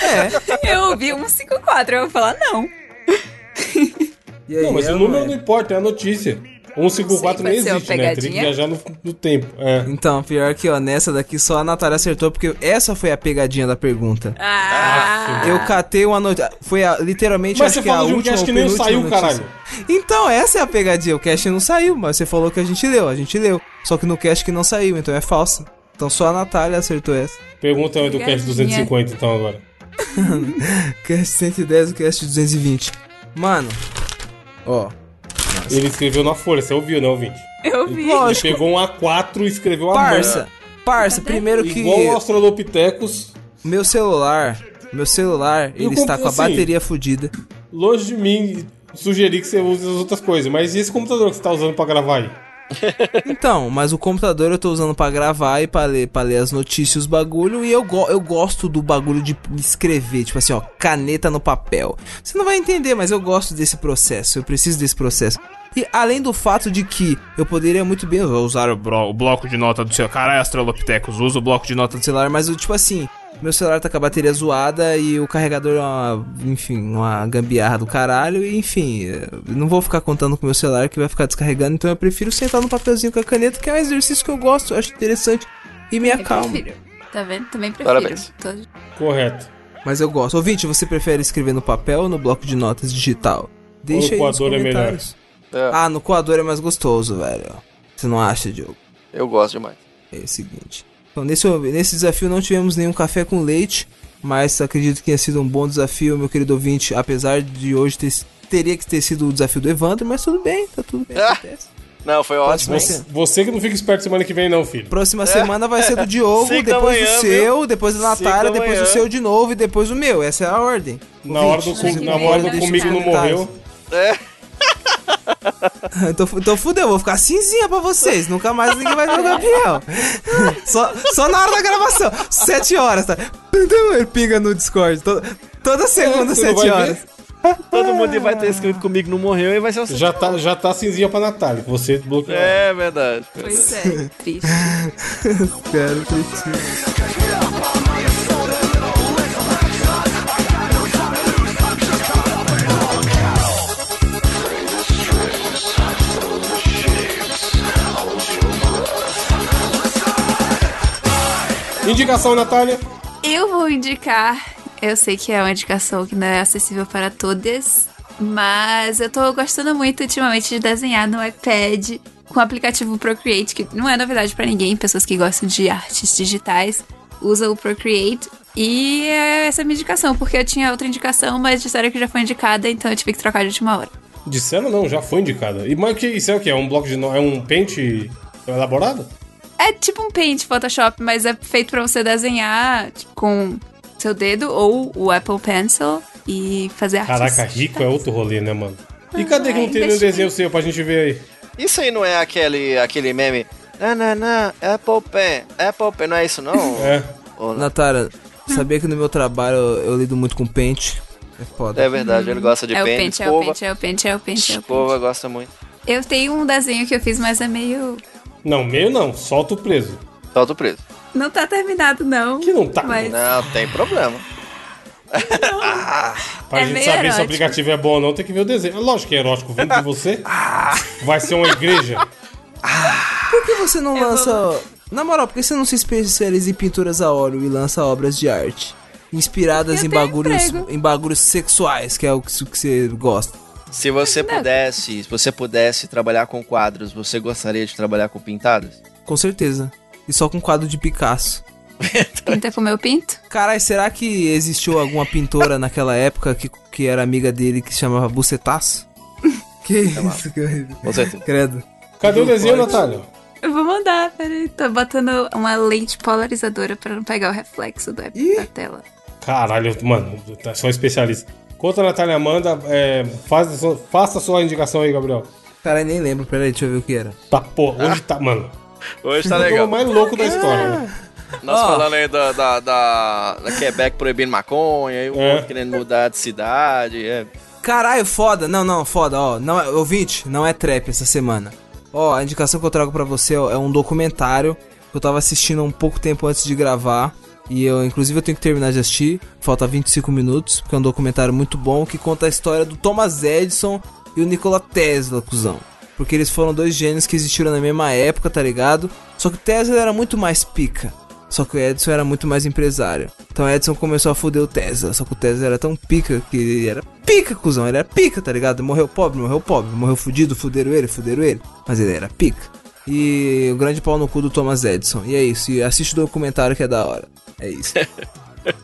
Speaker 2: É,
Speaker 3: eu ouvi 154, eu vou falar não.
Speaker 4: E aí,
Speaker 1: Não, mas
Speaker 4: é
Speaker 1: o
Speaker 4: ou
Speaker 1: número
Speaker 4: é?
Speaker 1: não importa, é a notícia. 154
Speaker 3: Não
Speaker 1: nem
Speaker 3: sei, pode ser uma
Speaker 1: existe, né? Teria que
Speaker 3: pegadinha.
Speaker 1: viajar no, no tempo. É.
Speaker 4: Então, pior que, ó, nessa daqui só a Natália acertou, porque essa foi a pegadinha da pergunta.
Speaker 3: Ah,
Speaker 4: Eu catei uma notícia. Foi a- literalmente
Speaker 1: Mas
Speaker 4: acho
Speaker 1: você
Speaker 4: que é a
Speaker 1: falou de um
Speaker 4: última.
Speaker 1: cast que
Speaker 4: ou
Speaker 1: nem
Speaker 4: penúltima
Speaker 1: saiu,
Speaker 4: notícia.
Speaker 1: caralho.
Speaker 4: Então, essa é a pegadinha. O cast não saiu, mas você falou que a gente leu. A gente leu. Só que no cast que não saiu, então é falsa. Então só a Natália acertou essa. (laughs)
Speaker 1: Pergunta aí do cast
Speaker 3: Pegadinha.
Speaker 1: 250, então, agora.
Speaker 4: Cast 110 e cast 220. Mano. Ó.
Speaker 1: Ele escreveu na folha, você ouviu, né, ouvinte?
Speaker 3: eu vi.
Speaker 1: Ele
Speaker 4: Lógico.
Speaker 1: pegou um A4 e escreveu a
Speaker 4: Parça. Parça, primeiro
Speaker 1: mão.
Speaker 4: que
Speaker 1: Igual o Australopithecus,
Speaker 4: meu celular. Meu celular,
Speaker 1: Eu
Speaker 4: ele está com a
Speaker 1: comprei, sim.
Speaker 4: bateria fodida.
Speaker 1: longe de mim, sugeri que você use as outras coisas. Mas e esse computador que você tá usando pra gravar aí?
Speaker 4: Então, mas o computador eu tô usando pra gravar e pra ler, pra ler as notícias, os bagulho. E eu, go- eu gosto do bagulho de escrever, tipo assim, ó, caneta no papel. Você não vai entender, mas eu gosto desse processo, eu preciso desse processo. E além do fato de que eu poderia muito bem usar o, bro- o bloco de nota do seu. Caralho, Astralopithecus, usa o bloco de nota do celular, mas eu, tipo assim. Meu celular tá com a bateria zoada e o carregador é uma, enfim, uma gambiarra do caralho. E, enfim, eh, não vou ficar contando com o meu celular que vai ficar descarregando, então eu prefiro sentar no papelzinho com a caneta, que é um exercício que eu gosto, eu acho interessante e me
Speaker 3: Eu
Speaker 4: acalma.
Speaker 3: prefiro. Tá vendo? Também prefiro.
Speaker 2: Parabéns.
Speaker 3: Tô-
Speaker 1: Correto.
Speaker 4: Mas eu gosto. Ouvinte, você prefere escrever no papel ou no bloco de notas digital? Deixa aí nos
Speaker 1: coador é melhor?
Speaker 4: comentários.
Speaker 2: É.
Speaker 4: Ah, no coador é mais gostoso, velho. Você não acha, Diogo?
Speaker 2: eu gosto demais.
Speaker 4: É o seguinte. Então, nesse, nesse desafio não tivemos nenhum café com leite, mas acredito que tenha sido um bom desafio, meu querido ouvinte. Apesar de hoje ter, teria que ter sido o desafio do Evandro, mas tudo bem, tá
Speaker 2: (laughs)
Speaker 4: tudo bem.
Speaker 2: Ah.
Speaker 4: acontece.
Speaker 2: Não, foi ótimo.
Speaker 4: Bem.
Speaker 1: Você, você que não fica esperto semana que vem, não, filho.
Speaker 4: Próxima semana vai ser do Diogo,
Speaker 2: É. Cinco da
Speaker 4: depois
Speaker 2: manhã,
Speaker 4: do
Speaker 2: viu?
Speaker 4: seu, depois da
Speaker 2: Cinco
Speaker 4: Natália,
Speaker 2: da
Speaker 4: depois do
Speaker 2: manhã.
Speaker 4: seu de novo e depois o meu. Essa é a ordem.
Speaker 1: Na hora do,
Speaker 4: Ouvinte,
Speaker 1: cu-
Speaker 3: que
Speaker 1: na
Speaker 3: vem,
Speaker 1: hora do
Speaker 3: deixa
Speaker 1: comigo não
Speaker 3: nos
Speaker 1: morreu.
Speaker 4: (laughs) Então, fu- então fudeu, vou ficar cinzinha pra vocês. Nunca mais ninguém vai ver o Gabriel. (laughs) Só, só na hora da gravação. Sete horas, tá? (laughs) Então ele pinga no Discord. to- toda segunda,
Speaker 1: Você não vai
Speaker 4: sete
Speaker 1: ver?
Speaker 4: horas.
Speaker 2: Todo mundo vai ter escrito comigo, não morreu, e vai ser o
Speaker 1: Já tá, já tá cinzinha pra Natália, que você bloqueou.
Speaker 2: É verdade.
Speaker 3: Pois é, triste.
Speaker 4: Cara, preciso.
Speaker 1: Indicação, Natália.
Speaker 3: Eu vou indicar. Eu sei que é uma indicação que não é acessível para todas, mas eu tô gostando muito ultimamente de desenhar no iPad com o aplicativo Procreate, que não é novidade para ninguém, pessoas que gostam de artes digitais usam o Procreate. E é essa é a minha indicação, porque eu tinha outra indicação, mas disseram que já foi indicada, então eu tive que trocar de última hora.
Speaker 1: Disseram não, já foi indicada. E mas que isso é o que? É um bloco de no... é um pente elaborado?
Speaker 3: É tipo um paint Photoshop, mas é feito pra você desenhar tipo, com seu dedo ou o Apple Pencil e fazer artes.
Speaker 1: Caraca, rico é outro rolê, né, mano? E cadê que não tem nenhum
Speaker 3: investimento.
Speaker 1: desenho seu pra gente ver aí?
Speaker 2: Isso aí não é aquele, aquele meme. Na, na, na, Apple Pen, Apple Pen, não é isso não?
Speaker 1: É.
Speaker 2: Ou não?
Speaker 4: Natália, sabia que no meu trabalho eu, eu lido muito com pente? É foda.
Speaker 2: É verdade, ele gosta de
Speaker 3: é o
Speaker 2: pen,
Speaker 3: pente, é o
Speaker 2: escova.
Speaker 3: pente, é o pente, é o pente, é o
Speaker 2: Escova
Speaker 3: pente.
Speaker 2: gosta muito.
Speaker 3: Eu tenho um desenho que eu fiz, mas é meio.
Speaker 1: Não, meio não, solta o preso.
Speaker 2: Solta o preso.
Speaker 3: Não tá terminado, não.
Speaker 1: Que não tá.
Speaker 3: Mas...
Speaker 2: Não, tem problema.
Speaker 1: Pra
Speaker 3: É
Speaker 1: gente saber
Speaker 3: meio
Speaker 1: se o
Speaker 3: erótico.
Speaker 1: aplicativo é bom ou não, tem que ver o desenho. É Lógico que é erótico vindo de você. Vai ser uma igreja.
Speaker 4: Por que você
Speaker 1: É,
Speaker 4: não lança. Na moral, por que você não se especializa em pinturas a óleo e lança obras de arte? Inspiradas
Speaker 3: Porque
Speaker 4: em
Speaker 3: eu tenho
Speaker 4: bagulhos,
Speaker 3: emprego.
Speaker 4: em bagulhos sexuais, que é o que que você gosta.
Speaker 2: Se você pudesse, se você pudesse trabalhar com quadros, você gostaria de trabalhar com pintadas?
Speaker 4: Com certeza. E só com quadro de Picasso.
Speaker 3: Pinta como eu pinto?
Speaker 4: Caralho, será que existiu alguma pintora (laughs) naquela época que, que era amiga dele que se chamava Bucetaço? Que isso, que horrível.
Speaker 2: Com certeza.
Speaker 4: Credo.
Speaker 1: Cadê o
Speaker 4: Não
Speaker 1: desenho,
Speaker 4: pode.
Speaker 1: Natália?
Speaker 3: Eu vou mandar, peraí. Tô botando uma lente polarizadora pra não pegar o reflexo da,
Speaker 4: Ih.
Speaker 3: da tela.
Speaker 1: Caralho, mano, tá só especialista. Conta a Natália Amanda, é, faz a sua- faça a sua indicação aí, Gabriel.
Speaker 4: Caralho, nem lembro. Peraí, deixa eu ver o que era.
Speaker 1: Tá, porra, hoje tá, mano.
Speaker 2: Hoje tá
Speaker 1: o programa
Speaker 2: legal.
Speaker 1: mais louco da história. né?
Speaker 2: Nós
Speaker 4: Ó.
Speaker 2: falando aí da, da, da, da Quebec proibindo maconha, e o
Speaker 1: É.
Speaker 2: outro querendo mudar de cidade. É.
Speaker 4: Caralho, foda. Não, não, foda, ó. Não é, ouvinte, não é trap essa semana. Ó, a indicação que eu trago pra você ó, é um documentário que eu tava assistindo há um pouco tempo antes de gravar. E eu, inclusive, eu tenho que terminar de assistir. Falta 25 minutos, porque é um documentário muito bom que conta a história do Thomas Edison e o Nikola Tesla, cuzão. Porque eles foram dois gênios que existiram na mesma época, tá ligado? Só que o Tesla era muito mais pica. Só que o Edson era muito mais empresário. Então o Edson começou a foder o Tesla. Só que o Tesla era tão pica que ele era pica, cuzão. Ele era pica, tá ligado? Morreu pobre, morreu pobre. Morreu fudido, fuderam ele, fuderam ele. Mas ele era pica. E o grande pau no cu do Thomas Edison. E é isso. E assiste o documentário que é da hora. É isso.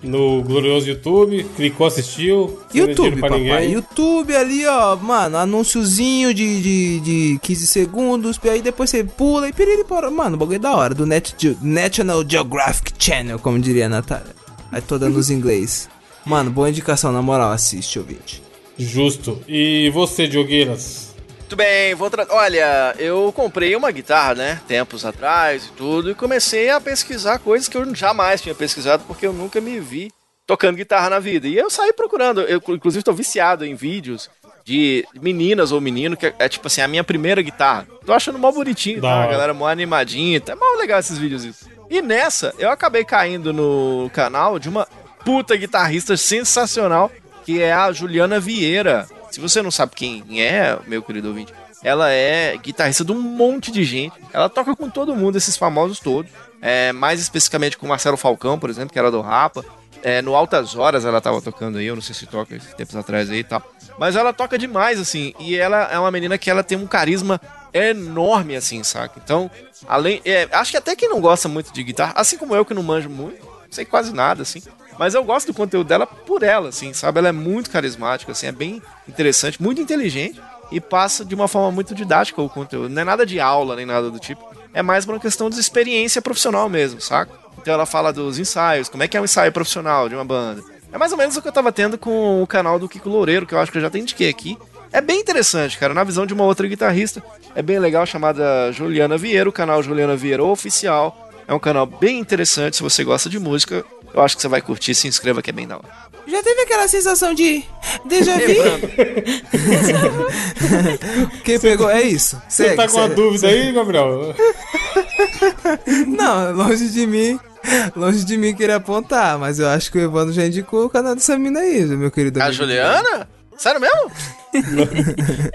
Speaker 1: No glorioso YouTube, clicou, assistiu. sem
Speaker 4: YouTube,
Speaker 1: dinheiro pra
Speaker 4: papai.
Speaker 1: ninguém.
Speaker 4: YouTube ali, ó, mano, anúnciozinho de, de, de 15 segundos, e aí depois você pula e piriri para. Mano, o bagulho é da hora, do Net, Ge- National Geographic Channel, como diria a Natália. Aí
Speaker 1: (laughs)
Speaker 4: toda nos inglês. Mano, boa indicação, na moral, assiste, ouvinte.
Speaker 1: Justo. E você, Diogueiras?
Speaker 2: Muito bem, vou tra... Olha, eu comprei uma guitarra, né? Tempos atrás e tudo, e comecei a pesquisar coisas que eu jamais tinha pesquisado, porque eu nunca me vi tocando guitarra na vida. E eu saí procurando. Eu, inclusive, tô viciado em vídeos de meninas ou menino, que é, é, tipo assim, a minha primeira guitarra. Tô achando mó bonitinho,
Speaker 1: Da
Speaker 2: tá? A
Speaker 1: hora.
Speaker 2: galera mó animadinha. Tá mó legal esses vídeos isso. E nessa, eu acabei caindo no canal de uma puta guitarrista sensacional, que é a Juliana Vieira. Se você não sabe quem é, meu querido ouvinte, ela é guitarrista de um monte de gente. Ela toca com todo mundo, esses famosos todos. É, mais especificamente com o Marcelo Falcão, por exemplo, que era do Rapa. É, no Altas Horas ela tava tocando aí, eu não sei se toca esses tempos atrás aí e tal. Mas ela toca demais, assim. E ela é uma menina que ela tem um carisma enorme, assim, saca? Então, além. é, acho que até quem não gosta muito de guitarra, assim como eu que não manjo muito, sei quase nada, assim. Mas eu gosto do conteúdo dela por ela, assim, sabe? Ela é muito carismática, assim, é bem interessante, muito inteligente e passa de uma forma muito didática o conteúdo. Não é nada de aula nem nada do tipo. É mais por uma questão de experiência profissional mesmo, saca? Então ela fala dos ensaios, como é que é um ensaio profissional de uma banda. É mais ou menos o que eu tava tendo com o canal do Kiko Loureiro, que eu acho que eu já até indiquei aqui. É bem interessante, cara, na visão de uma outra guitarrista. É bem legal, chamada Juliana Vieira, o canal Juliana Vieira Oficial. É um canal bem interessante, se você gosta de música, eu acho que você vai curtir, se inscreva que é bem da hora.
Speaker 4: Já teve aquela sensação de déjà vu? (laughs) Quem pegou? É isso.
Speaker 1: Você
Speaker 4: Segue,
Speaker 1: tá com uma
Speaker 4: segue.
Speaker 1: dúvida aí, Gabriel? (laughs)
Speaker 4: Não, longe de mim. Longe de mim querer apontar, mas eu acho que o Evandro já indicou o canal dessa mina aí, meu querido.
Speaker 2: A
Speaker 4: amigo.
Speaker 2: Juliana? Sério mesmo?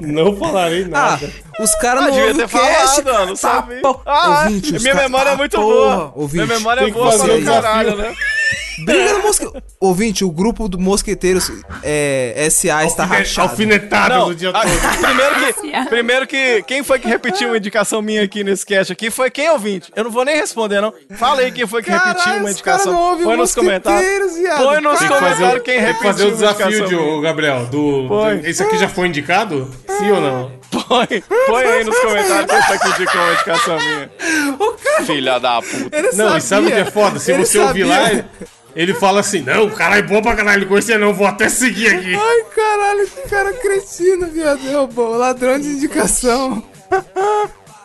Speaker 1: Não falarei
Speaker 4: Ah,
Speaker 1: nada.
Speaker 4: os caras
Speaker 2: Ah,
Speaker 4: não
Speaker 2: devia
Speaker 4: ouvem
Speaker 2: ter
Speaker 4: o cast.
Speaker 2: falado, mano, não
Speaker 4: Tá,
Speaker 2: sabia.
Speaker 4: pô.
Speaker 2: Ah,
Speaker 4: Ouvinte, os
Speaker 2: minha
Speaker 4: caras-
Speaker 2: memória
Speaker 4: tá,
Speaker 2: é muito
Speaker 4: porra,
Speaker 2: boa.
Speaker 4: Ouvinte.
Speaker 2: Minha memória
Speaker 1: tem
Speaker 2: é
Speaker 1: que
Speaker 2: boa,
Speaker 1: fazer
Speaker 2: só
Speaker 4: um
Speaker 2: do caralho,
Speaker 1: desafio.
Speaker 2: né?
Speaker 4: Briga no mosqueteiro. Ouvinte, o grupo do Mosqueteiros é, SA está rachado.
Speaker 1: Alfinetadas
Speaker 2: Não,
Speaker 1: o dia
Speaker 2: ah,
Speaker 1: todo.
Speaker 2: primeiro que, primeiro que, quem foi que repetiu uma indicação minha aqui nesse cast aqui foi quem ouvinte. Eu não vou nem responder, não. Fala aí quem foi que
Speaker 4: Caralho,
Speaker 2: repetiu uma
Speaker 4: os caras não
Speaker 2: indicação.
Speaker 4: ouvem
Speaker 2: Põe nos
Speaker 4: mosqueteiros,
Speaker 2: comentários.
Speaker 4: viado.
Speaker 2: Põe nos
Speaker 1: Tem que
Speaker 4: Tem
Speaker 1: fazer,
Speaker 2: comentários
Speaker 1: o-
Speaker 2: quem
Speaker 1: tem que
Speaker 2: repetiu
Speaker 1: fazer o desafio,
Speaker 2: indicação
Speaker 1: de,
Speaker 2: minha.
Speaker 1: ô, Gabriel. Do,
Speaker 2: Foi.
Speaker 1: Esse aqui já foi indicado?
Speaker 4: É.
Speaker 1: Sim ou não?
Speaker 2: Põe, põe aí nos comentários quem foi que indicou uma indicação minha.
Speaker 4: O cara,
Speaker 2: (laughs) Filha da puta.
Speaker 4: ele
Speaker 1: Não,
Speaker 4: sabia.
Speaker 1: e sabe o que é foda? Se
Speaker 4: Ele
Speaker 1: você ouvir
Speaker 4: sabia.
Speaker 1: lá, ele- ele fala assim: Não, caralho, bom pra caralho, conhecer não, vou até seguir aqui.
Speaker 4: Ai, caralho, que cara cretino, viado. Derrubou. Ladrão de indicação.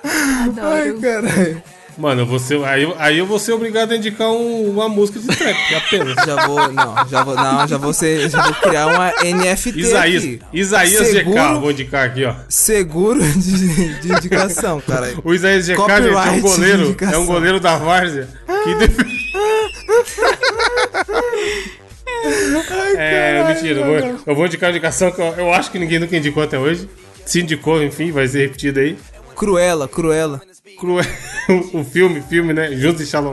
Speaker 4: Ai,
Speaker 3: Adoro.
Speaker 4: caralho.
Speaker 1: Mano, eu vou ser- aí, eu- aí eu vou ser obrigado a indicar um- uma música de
Speaker 4: (laughs)
Speaker 1: trap, apenas.
Speaker 4: Já vou, não, já vou, não, já vou, ser, já vou criar uma NFT
Speaker 1: Isaías,
Speaker 4: aqui.
Speaker 1: Isaías
Speaker 4: seguro,
Speaker 1: GK, eu vou indicar aqui, ó.
Speaker 4: Seguro de, de indicação, cara.
Speaker 1: O Isaías GK, gente, é um
Speaker 4: Copyright de Ah.
Speaker 1: goleiro, é
Speaker 4: indicação.
Speaker 1: um goleiro da Várzea que defende. É, mentira. eu vou- eu vou indicar uma indicação que eu, eu acho que ninguém nunca indicou até hoje. Se indicou, enfim, vai ser repetido aí.
Speaker 4: Cruela, Cruela.
Speaker 1: Cruel, (laughs) o filme, filme, né? Juntos e Shalom.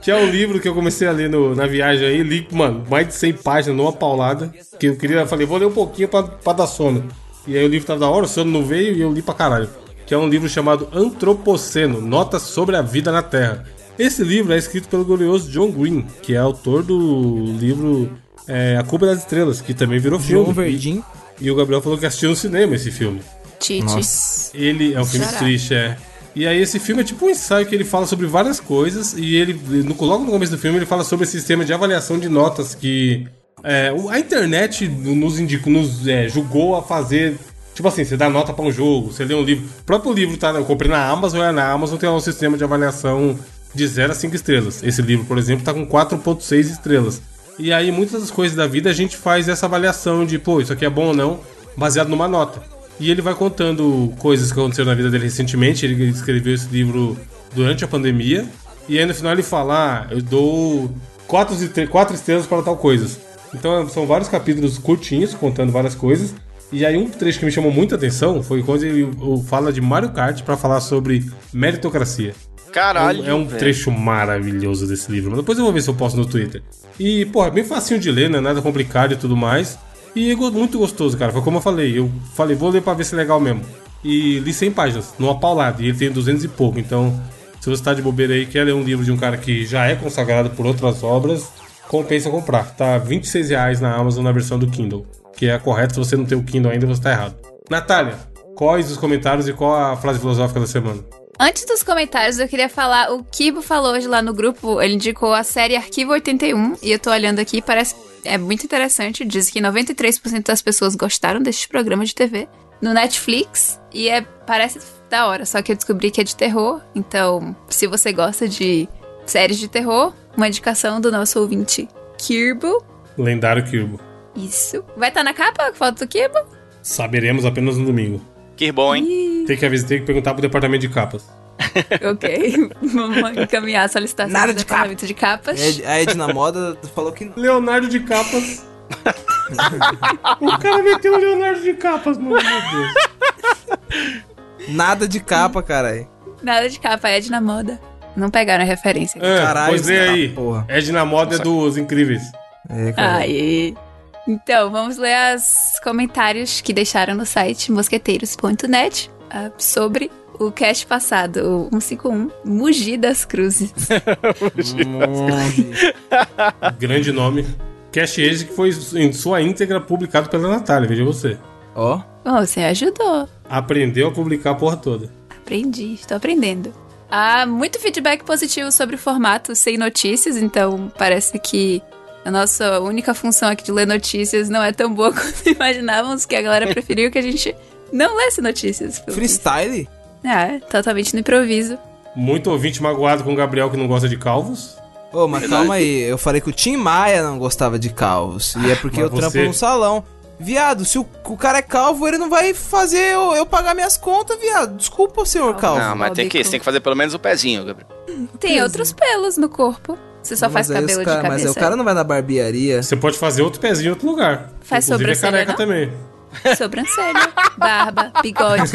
Speaker 1: que é o livro que eu comecei a ler no- na viagem aí. Li, mano, mais de 100 páginas numa paulada. Que eu queria, eu falei, vou ler um pouquinho pra, pra dar sono. E aí o livro tava da hora, o sono não veio e eu li pra caralho. Que é um livro chamado Antropoceno, Notas sobre a Vida na Terra. Esse livro é escrito pelo glorioso John Green, que é autor do livro é, A Culpa das Estrelas, que também virou
Speaker 4: João
Speaker 1: filme.
Speaker 4: Verdinho.
Speaker 1: E, e o Gabriel falou que assistiu no cinema esse filme.
Speaker 3: Tite.
Speaker 1: Ele é um filme
Speaker 3: Será?
Speaker 1: triste, é. E aí esse filme é tipo um ensaio que ele fala sobre várias coisas e ele, no, logo no começo do filme, ele fala sobre esse sistema de avaliação de notas que é, o- a internet nos, indicou, nos é, julgou a fazer... Tipo assim, você dá nota pra um jogo, você lê um livro. O próprio livro, tá? Eu comprei na Amazon, é na Amazon tem lá um sistema de avaliação de 0 a 5 estrelas. Esse livro, por exemplo, tá com 4.6 estrelas. E aí, muitas das coisas da vida, a gente faz essa avaliação de, pô, isso aqui é bom ou não, baseado numa nota. E ele vai contando coisas que aconteceram na vida dele recentemente. Ele escreveu esse livro durante a pandemia. E aí no final ele fala: ah, Eu dou quatro, e tre- quatro estrelas para tal coisas. Então são vários capítulos curtinhos contando várias coisas. E aí um trecho que me chamou muita atenção foi quando ele o- fala de Mario Kart para falar sobre meritocracia.
Speaker 2: Caralho.
Speaker 1: É um
Speaker 2: velho.
Speaker 1: trecho maravilhoso desse livro. Mas depois eu vou ver se eu posto no Twitter. E, porra, é bem facinho de ler, não é nada complicado e tudo mais. E é go- muito gostoso, cara. Foi como eu falei. Eu falei, vou ler pra ver se é legal mesmo. E li 100 páginas, numa paulada. E ele tem 200 e pouco. Então, se você tá de bobeira aí, quer ler um livro de um cara que já é consagrado por outras obras, compensa comprar. Tá R$ 26 reais na Amazon na versão do Kindle. Que é a correta. Se você não tem o Kindle ainda, você tá errado. Natália, quais os comentários e qual a frase filosófica da semana?
Speaker 3: Antes dos comentários, eu queria falar o Kibo falou hoje lá no grupo. Ele indicou a série Arquivo 81 e eu tô olhando aqui, parece é muito interessante. Diz que 93% das pessoas gostaram deste programa de TV no Netflix e é parece da hora. Só que eu descobri que é de terror. Então, se você gosta de séries de terror, uma indicação do nosso ouvinte Kirbo.
Speaker 1: Lendário Kirbo.
Speaker 3: Isso. Vai estar na capa? Foto do Kirbo?
Speaker 1: Saberemos apenas no domingo.
Speaker 2: Que bom, hein?
Speaker 1: Tem que avisar, tem que perguntar pro departamento de capas.
Speaker 3: ok. (laughs) Vamos encaminhar a solicitação
Speaker 4: Nada
Speaker 3: do
Speaker 4: de
Speaker 3: departamento de capas.
Speaker 4: Ed- A Edna é Moda falou que não.
Speaker 1: Leonardo de
Speaker 3: (laughs)
Speaker 1: capas. o cara meteu o Leonardo de capas, mano. Meu Deus.
Speaker 4: Nada de capa, caralho.
Speaker 3: Nada de capa, é de na moda. Não pegaram a referência.
Speaker 1: É,
Speaker 4: Caralho,
Speaker 1: pois é
Speaker 4: essa
Speaker 1: aí.
Speaker 4: porra.
Speaker 1: Edna Moda é dos incríveis.
Speaker 4: É, cara.
Speaker 3: Aí. Então, vamos ler os comentários que deixaram no site mosqueteiros.net ah, sobre o cast passado, o 151, Mugi das Cruzes.
Speaker 1: Grande nome. Cash esse que foi em sua íntegra publicado pela Natália, veja você.
Speaker 4: Ó.
Speaker 3: Bom, você me ajudou.
Speaker 1: Aprendeu a publicar a porra toda.
Speaker 3: Aprendi, estou aprendendo. Há muito feedback positivo sobre o formato sem notícias, então parece que a nossa única função aqui de ler notícias não é tão boa (laughs) quanto imaginávamos, que a galera preferiu que a gente não lesse notícias. pelo visto.
Speaker 4: Freestyle?
Speaker 3: É, totalmente no improviso.
Speaker 1: Muito ouvinte magoado com o Gabriel que não gosta de calvos.
Speaker 4: Ô, mas calma aí. Eu falei que o Tim Maia não gostava de calvos. E é porque
Speaker 1: mas
Speaker 4: eu trampo
Speaker 1: você-
Speaker 4: num salão. Viado, se o, o cara é calvo, ele não vai fazer eu, eu pagar minhas contas, viado. Desculpa, senhor calvo.
Speaker 3: Não,
Speaker 2: Não, mas tem que, você tem que fazer pelo menos o pezinho, Gabriel.
Speaker 3: Tem outros pelos no corpo. Você só faz
Speaker 4: Mas aí os
Speaker 3: cabelo
Speaker 4: cara-
Speaker 3: de
Speaker 4: Mas
Speaker 3: cabeça. é.
Speaker 4: aí o cara não vai na barbearia.
Speaker 1: Você pode fazer outro pezinho em outro lugar.
Speaker 3: Faz
Speaker 1: Inclusive é
Speaker 3: sobrancelha,
Speaker 1: careca
Speaker 3: não?
Speaker 1: também.
Speaker 3: Sobrancelha, barba,
Speaker 4: (laughs)
Speaker 3: bigode.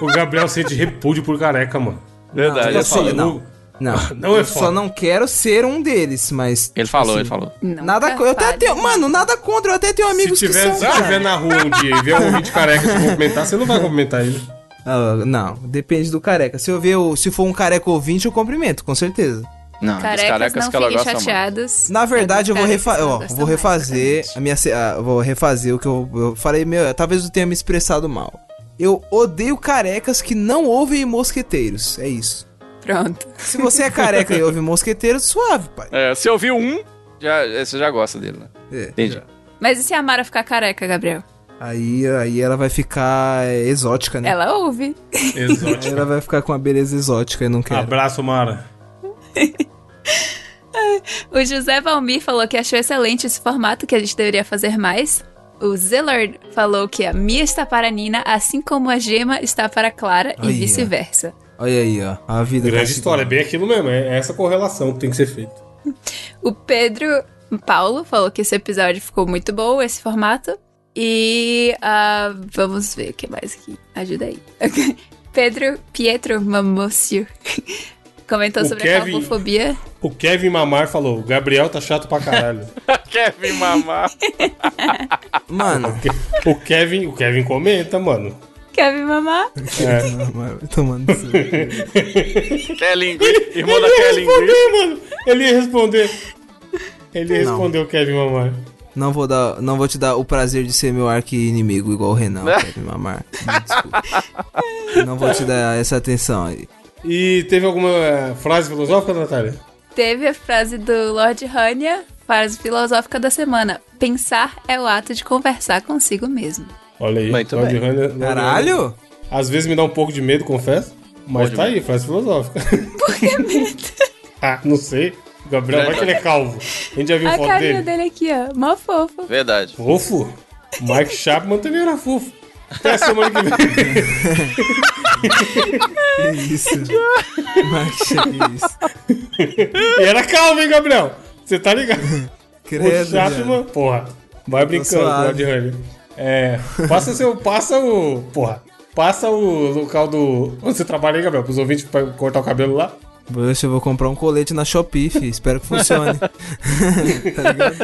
Speaker 1: O Gabriel sente repúdio por careca, mano.
Speaker 4: Verdade,
Speaker 1: Tipo
Speaker 4: eu falei,
Speaker 1: assim,
Speaker 4: não.
Speaker 1: o-
Speaker 4: Não,
Speaker 1: Não é
Speaker 4: eu
Speaker 1: foda.
Speaker 4: só não quero ser um deles, mas.
Speaker 2: Ele falou, ele falou.
Speaker 3: Nunca
Speaker 4: nada co- Eu até
Speaker 3: fale.
Speaker 4: tenho. Mano, nada contra, eu até tenho
Speaker 1: Se
Speaker 4: amigos
Speaker 1: tiver,
Speaker 4: que
Speaker 1: se
Speaker 4: são. cara.
Speaker 1: tiver na rua um dia e ver um ouvinte careca te cumprimentar, você não vai cumprimentar ele.
Speaker 4: Ah, não, depende do careca. Se eu ver o, se for um careca ouvinte, eu cumprimento, com certeza.
Speaker 2: Não, os
Speaker 3: Carecas
Speaker 2: carecas
Speaker 3: não
Speaker 2: que ela
Speaker 3: fiquem
Speaker 2: gosta, mano.
Speaker 3: chateados.
Speaker 4: Na verdade, eu vou,
Speaker 3: Carecas
Speaker 4: refa
Speaker 3: É, não
Speaker 4: ó,
Speaker 3: gostam
Speaker 4: vou
Speaker 3: mais,
Speaker 4: refazer a minha, se- ah, vou refazer o que eu, eu falei, meu, talvez eu tenha me expressado mal. Eu odeio carecas que não ouvem mosqueteiros, é isso.
Speaker 3: Pronto.
Speaker 4: Se você é careca e ouve mosqueteiros, suave, pai.
Speaker 2: É, se ouviu um, já, é, você já gosta dele, né?
Speaker 4: É.
Speaker 2: Entendi.
Speaker 3: Mas e se a Mara ficar careca, Gabriel?
Speaker 4: Aí, aí ela vai ficar é, exótica, né?
Speaker 3: Ela ouve.
Speaker 4: Aí
Speaker 1: Exótico.
Speaker 4: Ela vai ficar com uma beleza exótica, eu não quero.
Speaker 1: Abraço, Mara.
Speaker 3: O José Valmir falou que achou excelente esse formato, que a gente deveria fazer mais. O Zellard falou que a Mia está para a Nina, assim como a Gema está para a Clara
Speaker 4: Aí, ó.
Speaker 3: e vice-versa.
Speaker 4: Olha aí, ó. A vida
Speaker 1: Grande
Speaker 4: tá
Speaker 1: é história, é bem aquilo mesmo. É essa correlação que tem que ser feita.
Speaker 3: O Pedro Paulo falou que esse episódio ficou muito bom, esse formato. E ah, vamos ver o que mais aqui. Ajuda aí. (laughs) Pedro Pietro Mamosio (laughs) comentou
Speaker 1: O
Speaker 3: sobre
Speaker 1: Kevin-
Speaker 3: a homofobia.
Speaker 1: O Kevin Mamar falou: o Gabriel tá chato pra (laughs) caralho.
Speaker 2: Kevin Mamar.
Speaker 4: Mano, (laughs)
Speaker 1: o, Kevin, o Kevin comenta, mano.
Speaker 3: Kevin Mamá.
Speaker 1: É.
Speaker 4: tomando
Speaker 2: Kelly, irmão
Speaker 1: (laughs)
Speaker 2: da
Speaker 1: Ele é ia
Speaker 2: Kelly.
Speaker 1: responder, mano. Ele ia responder. Ele ia responder o Kevin Mamar.
Speaker 4: Não vou dar, não vou te dar o prazer de ser meu arqui-inimigo igual o Renan,
Speaker 3: Né?
Speaker 4: Kevin Mamar. Me desculpa. Não vou te dar essa atenção aí.
Speaker 1: E teve alguma frase filosófica, Natália?
Speaker 3: Teve a frase do Lord Hanya, frase filosófica da semana. Pensar é o ato de conversar consigo mesmo.
Speaker 1: Olha aí.
Speaker 2: Muito
Speaker 1: Lorde
Speaker 2: bem.
Speaker 1: Hunter- Lorde Hunter.
Speaker 4: Caralho!
Speaker 1: Às vezes me dá um pouco de medo, confesso. Mas tá aí, frase filosófica.
Speaker 3: (laughs) Por que medo?
Speaker 1: (laughs) ah, não sei. O Gabriel, vai que ele é calvo. A gente já viu
Speaker 3: A
Speaker 1: foto
Speaker 3: carinha
Speaker 1: dele.
Speaker 3: dele aqui, ó. Mó fofo.
Speaker 2: Verdade.
Speaker 1: Fofo. Mike Chapman também era fofo. Até a semana que vem.
Speaker 4: Que
Speaker 3: (laughs)
Speaker 4: isso? Mas que isso?
Speaker 1: E era calvo, hein, Gabriel? Você tá ligado? o
Speaker 4: Credo,
Speaker 1: Chapman,
Speaker 4: mano.
Speaker 1: porra. Vai brincando,
Speaker 4: É, suave.
Speaker 1: Lord Hunter. É, passa seu. Passa o. Porra. Passa o local do. Onde você trabalha aí, Gabriel? Pros ouvintes pra cortar o cabelo lá.
Speaker 4: Poxa, eu vou comprar um colete na Shopee, fi. Espero que
Speaker 3: (laughs)
Speaker 4: funcione. Tá ligado?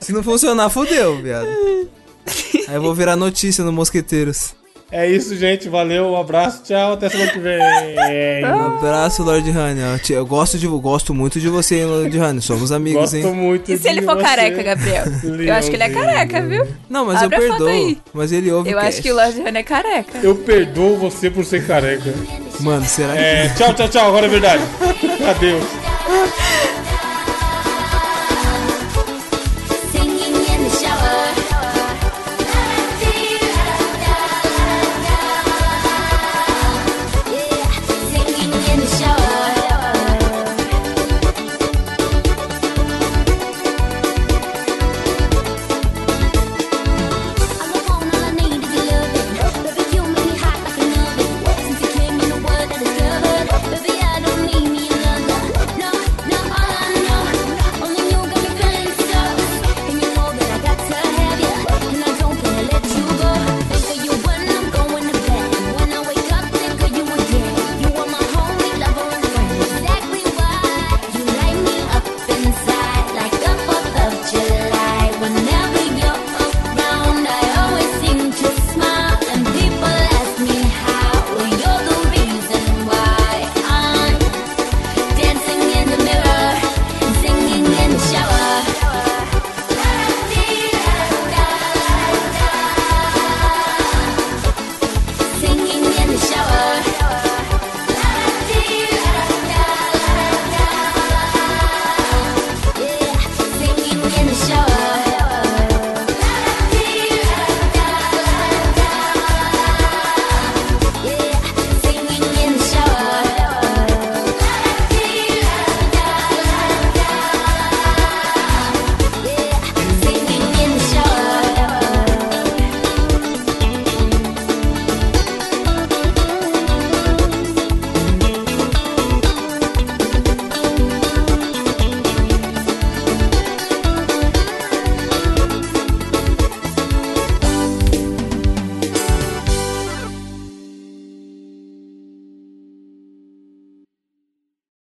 Speaker 4: Se não funcionar, fodeu, viado. Aí eu vou virar notícia no Mosqueteiros.
Speaker 1: É isso, gente. Valeu, um abraço, tchau. Até semana que vem.
Speaker 3: (laughs)
Speaker 4: Um abraço, Lord Honey. Eu, te- eu gosto, de, eu gosto muito de você, hein, Lord Honey. Somos amigos,
Speaker 1: Gosto
Speaker 4: hein?
Speaker 1: muito
Speaker 3: E se ele
Speaker 1: de
Speaker 3: for
Speaker 1: você.
Speaker 3: careca, Gabriel? Eu acho que ele é
Speaker 1: Leãozinho.
Speaker 3: careca, viu?
Speaker 4: Não, mas
Speaker 3: Abre a
Speaker 4: eu
Speaker 3: foto
Speaker 4: perdoo.
Speaker 3: aí.
Speaker 4: Mas ele ouve
Speaker 3: Eu
Speaker 4: o
Speaker 3: acho
Speaker 4: cast.
Speaker 3: que o Lorde Hanya é careca.
Speaker 1: Eu perdoo você por ser careca.
Speaker 4: Mano, será que...
Speaker 1: É, tchau, tchau, tchau. Agora é verdade. Adeus.
Speaker 7: Thank